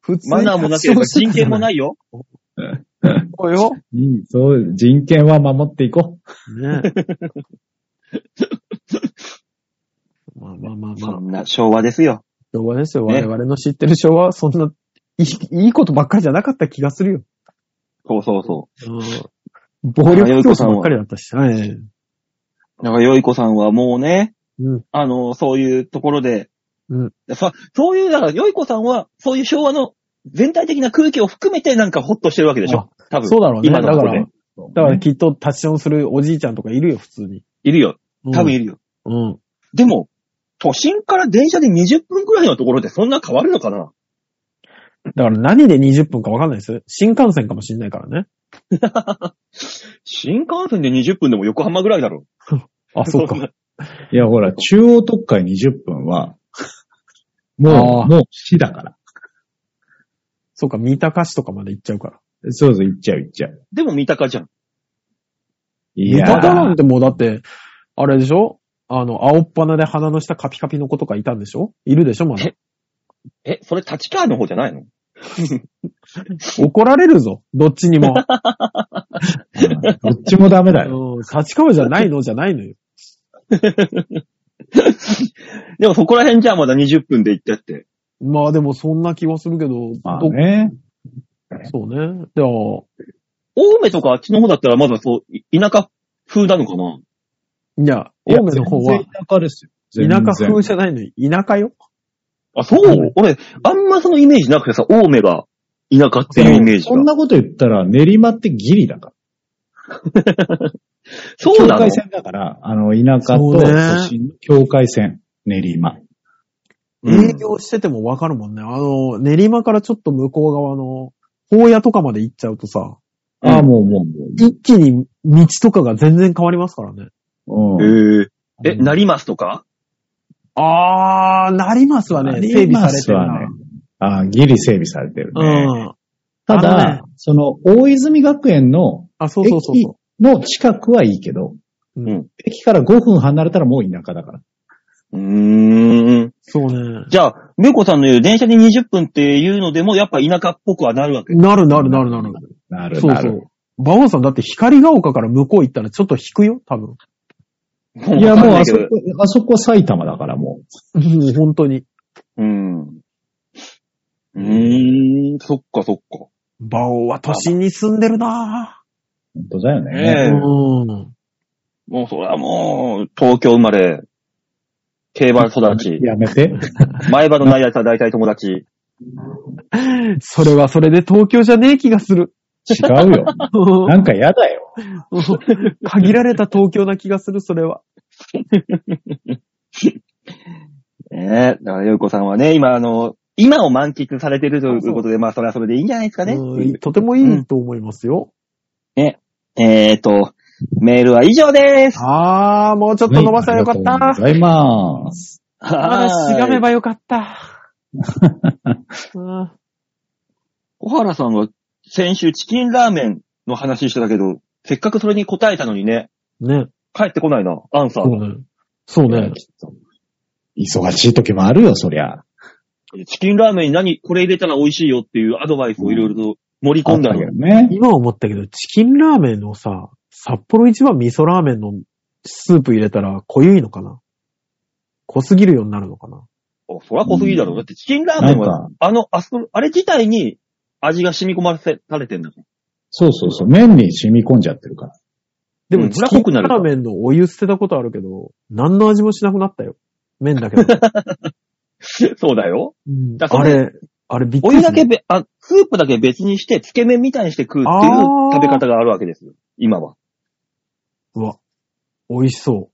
[SPEAKER 3] 普通に
[SPEAKER 2] マナーもなければ人権もないよ。
[SPEAKER 3] そうよ。
[SPEAKER 1] うんそう、人権は守っていこ
[SPEAKER 3] ねまあまあまあま
[SPEAKER 2] そ
[SPEAKER 3] あ。
[SPEAKER 2] んな昭和ですよ。
[SPEAKER 3] 昭和ですよ。
[SPEAKER 2] ね
[SPEAKER 3] 我々の知ってる昭和はそんな、いい、いいことばっかりじゃなかった気がするよ。
[SPEAKER 2] そうそうそ
[SPEAKER 3] うん暴力競争ばっかりだったし。はい。
[SPEAKER 2] う。なんか、よいこさんはもうね、
[SPEAKER 3] うん。
[SPEAKER 2] あの、そういうところで、
[SPEAKER 3] うん
[SPEAKER 2] そそういう、だから、よいこさんは、そういう昭和の全体的な空気を含めてなんかホッとしてるわけでしょ多分。
[SPEAKER 3] そうだろうね。
[SPEAKER 2] 今
[SPEAKER 3] だ
[SPEAKER 2] の
[SPEAKER 3] か
[SPEAKER 2] ところで
[SPEAKER 3] ら、
[SPEAKER 1] う。
[SPEAKER 3] だからきっと立ちションするおじいちゃんとかいるよ、普通に。
[SPEAKER 2] いるよ。
[SPEAKER 3] うん
[SPEAKER 2] 多分いるよ。
[SPEAKER 3] うん。
[SPEAKER 2] でも、都心から電車で20分くらいのところでそんな変わるのかな
[SPEAKER 3] だから何で20分かわかんないですよ。新幹線かもしんないからね。
[SPEAKER 2] 新幹線で20分でも横浜ぐらいだろ。
[SPEAKER 3] あ、そうか。
[SPEAKER 1] いや、ほら、中央特会20分
[SPEAKER 3] あ
[SPEAKER 1] は、も
[SPEAKER 3] ー
[SPEAKER 1] う、もう死だから。
[SPEAKER 3] そうか、三鷹市とかまで行っちゃうから。
[SPEAKER 1] そうそう、行っちゃう行っちゃう。
[SPEAKER 2] でも三鷹じゃん。
[SPEAKER 1] い
[SPEAKER 3] 三
[SPEAKER 1] や
[SPEAKER 3] 鷹な
[SPEAKER 1] ー
[SPEAKER 3] んてもうだって、あれでしょあの、青っ鼻で鼻の下カピカピの子とかいたんでしょいるでしょまだ
[SPEAKER 2] え。え、それ立川の方じゃないの
[SPEAKER 3] 怒られるぞ。どっちにも。
[SPEAKER 1] どっちもダ メだよ。
[SPEAKER 3] うん。立川じゃないのじゃないのよ。
[SPEAKER 2] でもそこら辺じゃあまだ20分で行ってって。
[SPEAKER 3] まあでもそんな気はするけど、
[SPEAKER 1] まあ
[SPEAKER 3] ど
[SPEAKER 1] ね。
[SPEAKER 3] そうね。でも、
[SPEAKER 2] 青梅とかあっちの方だったらまだそう、い田舎風なのかない
[SPEAKER 3] や、青梅の方
[SPEAKER 1] い
[SPEAKER 3] は
[SPEAKER 1] や全然田舎ですよ。全
[SPEAKER 3] 田
[SPEAKER 1] 然
[SPEAKER 3] 舎風じゃないのに、田舎よ。
[SPEAKER 2] あ、そう俺、あんまそのイメージなくてさ、青梅が田舎っていうイメージ
[SPEAKER 1] そん
[SPEAKER 2] が。
[SPEAKER 1] なこと言ったら、練馬ってギリだから。
[SPEAKER 2] そうな
[SPEAKER 1] 境
[SPEAKER 2] の
[SPEAKER 1] 界線だから、あの、田舎
[SPEAKER 3] そ
[SPEAKER 1] と
[SPEAKER 3] うね
[SPEAKER 1] 都心の境界線、練馬。
[SPEAKER 2] うん
[SPEAKER 3] 営業しててもわかるもんね。あの、練馬からちょっと向こう側の、荒野とかまで行っちゃうとさ、
[SPEAKER 2] うん
[SPEAKER 1] ああ、もうもうも
[SPEAKER 3] 一気に道とかが全然変わりますからね。
[SPEAKER 1] う。うん
[SPEAKER 2] へえ。え、
[SPEAKER 3] うん
[SPEAKER 2] なりますとか
[SPEAKER 3] あー、なりますわね。整備されてるな。
[SPEAKER 1] 成ああ、ギリ整備されてるね。
[SPEAKER 3] うん。
[SPEAKER 1] た
[SPEAKER 3] あのね
[SPEAKER 1] だ、その、大泉学園の、
[SPEAKER 3] あ、そうそうそうそ
[SPEAKER 1] の近くはいいけど、
[SPEAKER 3] うん
[SPEAKER 1] 駅から5分離れたらもう田舎だから。
[SPEAKER 2] うーん。
[SPEAKER 3] う。そうね。
[SPEAKER 2] じゃあ、めこさんの言う電車で20分っていうのでも、やっぱ田舎っぽくはなるわけ。
[SPEAKER 3] なるなるなるなる。
[SPEAKER 1] なる
[SPEAKER 3] そう
[SPEAKER 1] な
[SPEAKER 3] そ
[SPEAKER 1] る
[SPEAKER 3] う。。馬王さんだって光が丘から向こう行ったらちょっと引くよ、多 分。
[SPEAKER 1] いや、
[SPEAKER 2] わか
[SPEAKER 1] もう
[SPEAKER 2] んな
[SPEAKER 1] あ
[SPEAKER 2] け
[SPEAKER 1] そ
[SPEAKER 2] ど
[SPEAKER 1] こ、あそこ埼玉だからも
[SPEAKER 3] うん本当に。
[SPEAKER 2] うん。うーん、そっかそっか。
[SPEAKER 3] 馬王は都心に住んでるな
[SPEAKER 1] う。本当だよね。
[SPEAKER 2] ねえ
[SPEAKER 3] ぁ。うん。
[SPEAKER 2] もうそれはもう、東京生まれ、競馬育 ち。
[SPEAKER 1] やめて。
[SPEAKER 2] 前歯のない奴は大体友達。
[SPEAKER 3] それはそれで東京じゃねえ気がする。
[SPEAKER 1] 違う よ。なんかやだよ。
[SPEAKER 3] 限られた東京な気がする、それは。
[SPEAKER 2] ねえ。だから、よいこさんはね、今、あの、今を満喫されてるということで、まあ、それはそれでいいんじゃないですかね。
[SPEAKER 3] うんとてもいいと思いますよ。
[SPEAKER 2] えっ、ー、と、メールは以上です。
[SPEAKER 3] ああ、もうちょっと伸ばせばよかった。
[SPEAKER 1] ありがとうございます。
[SPEAKER 3] まだしがめ
[SPEAKER 2] ば。
[SPEAKER 3] ばよかった。うん
[SPEAKER 2] 小原さんが先週チキンラーメンの話してたけど、せっかくそれに答えたのにね、
[SPEAKER 3] ね。
[SPEAKER 2] 帰ってこないな、アンサー
[SPEAKER 3] そう
[SPEAKER 2] が。
[SPEAKER 3] ね。そうね。
[SPEAKER 1] 忙しい時もあるよ、そりゃ。
[SPEAKER 2] チキンラーメンに何、これ入れたら美味しいよっていうアドバイスをいろいろと盛り込んだんや。
[SPEAKER 1] ね。
[SPEAKER 3] 今思ったけど、チキンラーメンのさ、札幌一番味噌ラーメンのスープ入れたら濃ゆいのかな濃すぎるようになるのかな
[SPEAKER 2] おそら濃すぎだろう。だってチキンラーメンは、あの、あそこ、あれ自体に味が染み込ませ、されてんだから。
[SPEAKER 1] そうそうそう。麺に染み込んじゃってるから。
[SPEAKER 3] で
[SPEAKER 2] う
[SPEAKER 3] も、
[SPEAKER 2] ん
[SPEAKER 3] チ
[SPEAKER 2] それは
[SPEAKER 3] キ
[SPEAKER 2] 濃
[SPEAKER 3] ン
[SPEAKER 2] くなるか
[SPEAKER 3] ラーメンのお湯捨てたことあるけど、何の味もしなくなったよ。麺だけだ。
[SPEAKER 2] そうだよ。
[SPEAKER 3] うん
[SPEAKER 2] だか
[SPEAKER 3] あ
[SPEAKER 2] らそ
[SPEAKER 3] れ、あれびっく
[SPEAKER 2] お
[SPEAKER 3] り
[SPEAKER 2] 湯
[SPEAKER 3] す
[SPEAKER 2] だ
[SPEAKER 3] る
[SPEAKER 2] けべ、あ、スープだけ別にして、つけ麺みたいにして食うっていう
[SPEAKER 3] あー
[SPEAKER 2] 食べ方があるわけですよ。今は。
[SPEAKER 3] うわ、美味しそ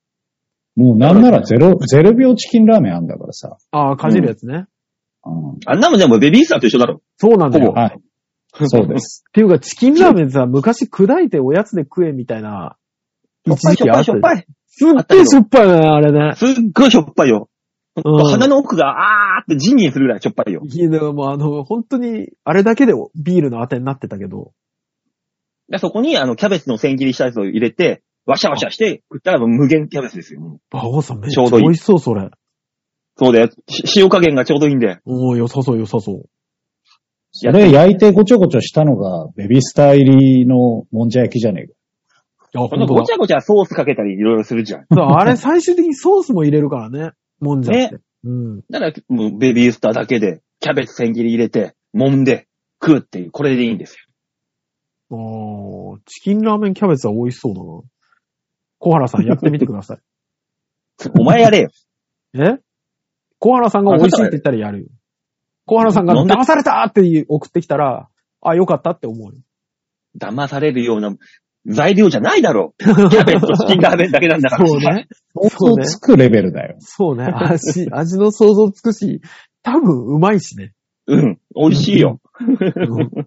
[SPEAKER 3] う。
[SPEAKER 1] もうなんならゼロ、ゼロ秒チキンラーメンあんだからさ。
[SPEAKER 3] ああ、かじるやつね。
[SPEAKER 1] うん
[SPEAKER 2] あんなもんでもベビースターと一緒だろ。
[SPEAKER 3] そうなんだよ。
[SPEAKER 2] ほぼ
[SPEAKER 3] っ
[SPEAKER 1] はい。そ うです。
[SPEAKER 3] ていうか、チキンラーメンさ、昔砕いておやつで食えみたいな。
[SPEAKER 2] しょっぱいしょっぱいしょっぱい。
[SPEAKER 3] い。すっげえしょっぱいね、あれね。
[SPEAKER 2] すっごいしょっぱいよ。
[SPEAKER 3] うん
[SPEAKER 2] 鼻の奥があーってジンジンするぐらいしょっぱいよ。
[SPEAKER 3] いや、だからもうあの、本当に、あれだけでビールの当てになってたけど。
[SPEAKER 2] でそこにあのキャベツの千切りしたやつを入れて、ワシャワシャして食ったらもう無限キャベツですよ。もう
[SPEAKER 3] バオさんめっち
[SPEAKER 2] ちょうど
[SPEAKER 3] ゃ
[SPEAKER 2] いい
[SPEAKER 3] 美味しそう、それ。
[SPEAKER 2] そうだよ。し塩加減がちょうどいいんで。
[SPEAKER 3] おー、良さそう、良さそう。
[SPEAKER 1] それ焼いてごちょごちょしたのが、ベビースター入りのもんじゃ焼きじゃねえか。
[SPEAKER 3] あ、
[SPEAKER 2] このご
[SPEAKER 3] 本当
[SPEAKER 2] ちゃごちゃソースかけたりいろいろするじゃん。
[SPEAKER 3] だ。あれ、最終的にソースも入れるからね。もんじゃって。うん。
[SPEAKER 2] だからもうベビースターだけで、キャベツ千切り入れて、揉んで、食うっていう、これでいいんですよ。
[SPEAKER 3] おー、チキンラーメンキャベツは美味しそうだな。小原さん、やってみてください。
[SPEAKER 2] お前やれよ。
[SPEAKER 3] え小原さんが美味しいって言ったらやるよ。小原さんが
[SPEAKER 2] なんで
[SPEAKER 3] 騙されたって言う送ってきたら、あ、よかったって思うよ。
[SPEAKER 2] 騙されるような材料じゃないだろ う。キャベツとチキンラーメンだけなんだから。
[SPEAKER 3] そうね。そう
[SPEAKER 1] そう
[SPEAKER 3] ね
[SPEAKER 1] つ。くレベルだよ。
[SPEAKER 3] そうね。味、味の想像つくし、多分うまいしね。
[SPEAKER 2] うん。美味しいよ。
[SPEAKER 3] うん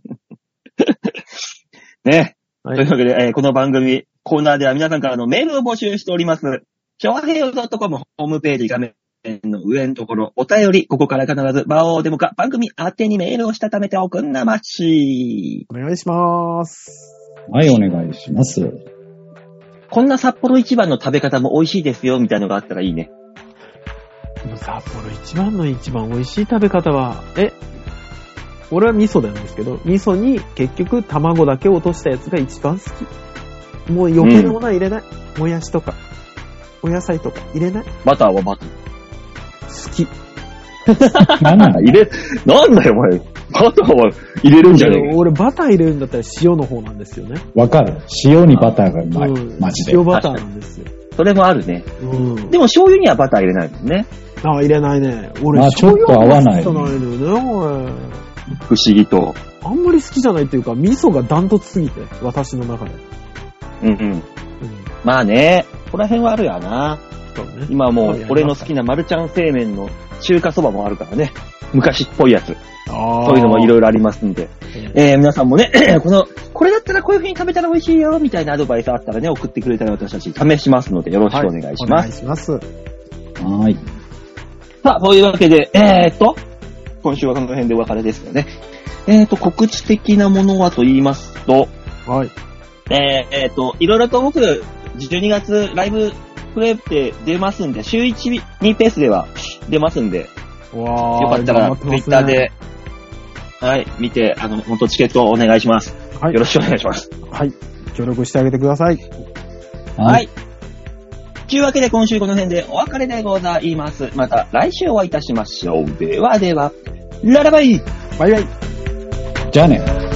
[SPEAKER 2] ね。
[SPEAKER 3] は
[SPEAKER 2] という
[SPEAKER 3] い。
[SPEAKER 2] わけで、えーこの番組、コーナーでは皆さんからのメールを募集しております。昭和平洋 .com ホームページ画面の上のところ、お便り、ここから必ず、魔王でもか、番組宛てにメールをしたためておくんなまし。
[SPEAKER 3] お願いします。
[SPEAKER 1] はい、お願いし ます。
[SPEAKER 2] こんな札幌一番の食べ方も美味しいですよ、みたいなのがあったらいいね。
[SPEAKER 3] 札幌一番の一番美味しい食べ方は、え、俺は味噌なんですけど、味噌に結局卵だけ落としたやつが一番好き。もう余計なものは入れない。もやしとか、お野菜とか入れない。
[SPEAKER 2] バターはバター。
[SPEAKER 3] 好き。
[SPEAKER 1] なんなん
[SPEAKER 2] 入れ、なんだよ、お前。バターは入れるんじゃねえか。
[SPEAKER 3] 俺バター入れるんだったら塩の方なんですよね。
[SPEAKER 1] わかる。塩にバターがうまい。
[SPEAKER 3] うん
[SPEAKER 1] マジで。
[SPEAKER 3] 塩バターなんですよ。
[SPEAKER 2] それもあるね。
[SPEAKER 3] うん。
[SPEAKER 2] でも醤油にはバター入れないですね。
[SPEAKER 3] あ、入れないね。俺、
[SPEAKER 1] まあ
[SPEAKER 3] 醤油あんまり
[SPEAKER 1] ちょっと合
[SPEAKER 3] 好
[SPEAKER 1] わな
[SPEAKER 3] き
[SPEAKER 1] い
[SPEAKER 3] じゃないのよね、
[SPEAKER 2] 不思議と。
[SPEAKER 3] 俺。あんまり好きじゃないっていうか、味噌がダントツすぎて、私の中で。
[SPEAKER 2] うんうん。
[SPEAKER 3] うん。
[SPEAKER 2] まあね、ここら辺はあるやな。
[SPEAKER 3] そうね。
[SPEAKER 2] 今もう、俺の好きなマルちゃん製麺の中華そばもあるからね。昔っぽいやつ。
[SPEAKER 3] あ
[SPEAKER 2] そういうのもいろ
[SPEAKER 3] い
[SPEAKER 2] いろありますんで。
[SPEAKER 3] ろ。
[SPEAKER 2] えー、皆さんもね、 この、これだったらこういう風に食べたら美味しいよ、みたいなアドバイスあったらね、送ってくれたら私たち試しますので、よろしくお願いし
[SPEAKER 3] お
[SPEAKER 2] ま
[SPEAKER 3] 願
[SPEAKER 2] す。
[SPEAKER 3] いします。
[SPEAKER 1] はい。
[SPEAKER 2] さあ、そういうわけで、えーと、今週はこの辺でお別れですよね。えーと、告知的なものはと言いますと、
[SPEAKER 3] はい。
[SPEAKER 2] えー、えーと、いろいろと僕、12月ライブプレイって出ますんで、週1、2ペースでは出ますんで、
[SPEAKER 3] わー
[SPEAKER 2] よかったら、
[SPEAKER 3] 頑張
[SPEAKER 2] ツ
[SPEAKER 3] てま
[SPEAKER 2] イッ
[SPEAKER 3] すね
[SPEAKER 2] ターで、はい、見て、あの、本当チケットをお願いします。
[SPEAKER 3] はい
[SPEAKER 2] よろしくお願いします。
[SPEAKER 3] はい。協力してあげてください。
[SPEAKER 2] は
[SPEAKER 1] はい。
[SPEAKER 2] い。というわけで今週この辺でお別れでございます。また来週お会いいたしましょう。ではでは、ララバイ
[SPEAKER 3] バイバイ。
[SPEAKER 1] じゃあね。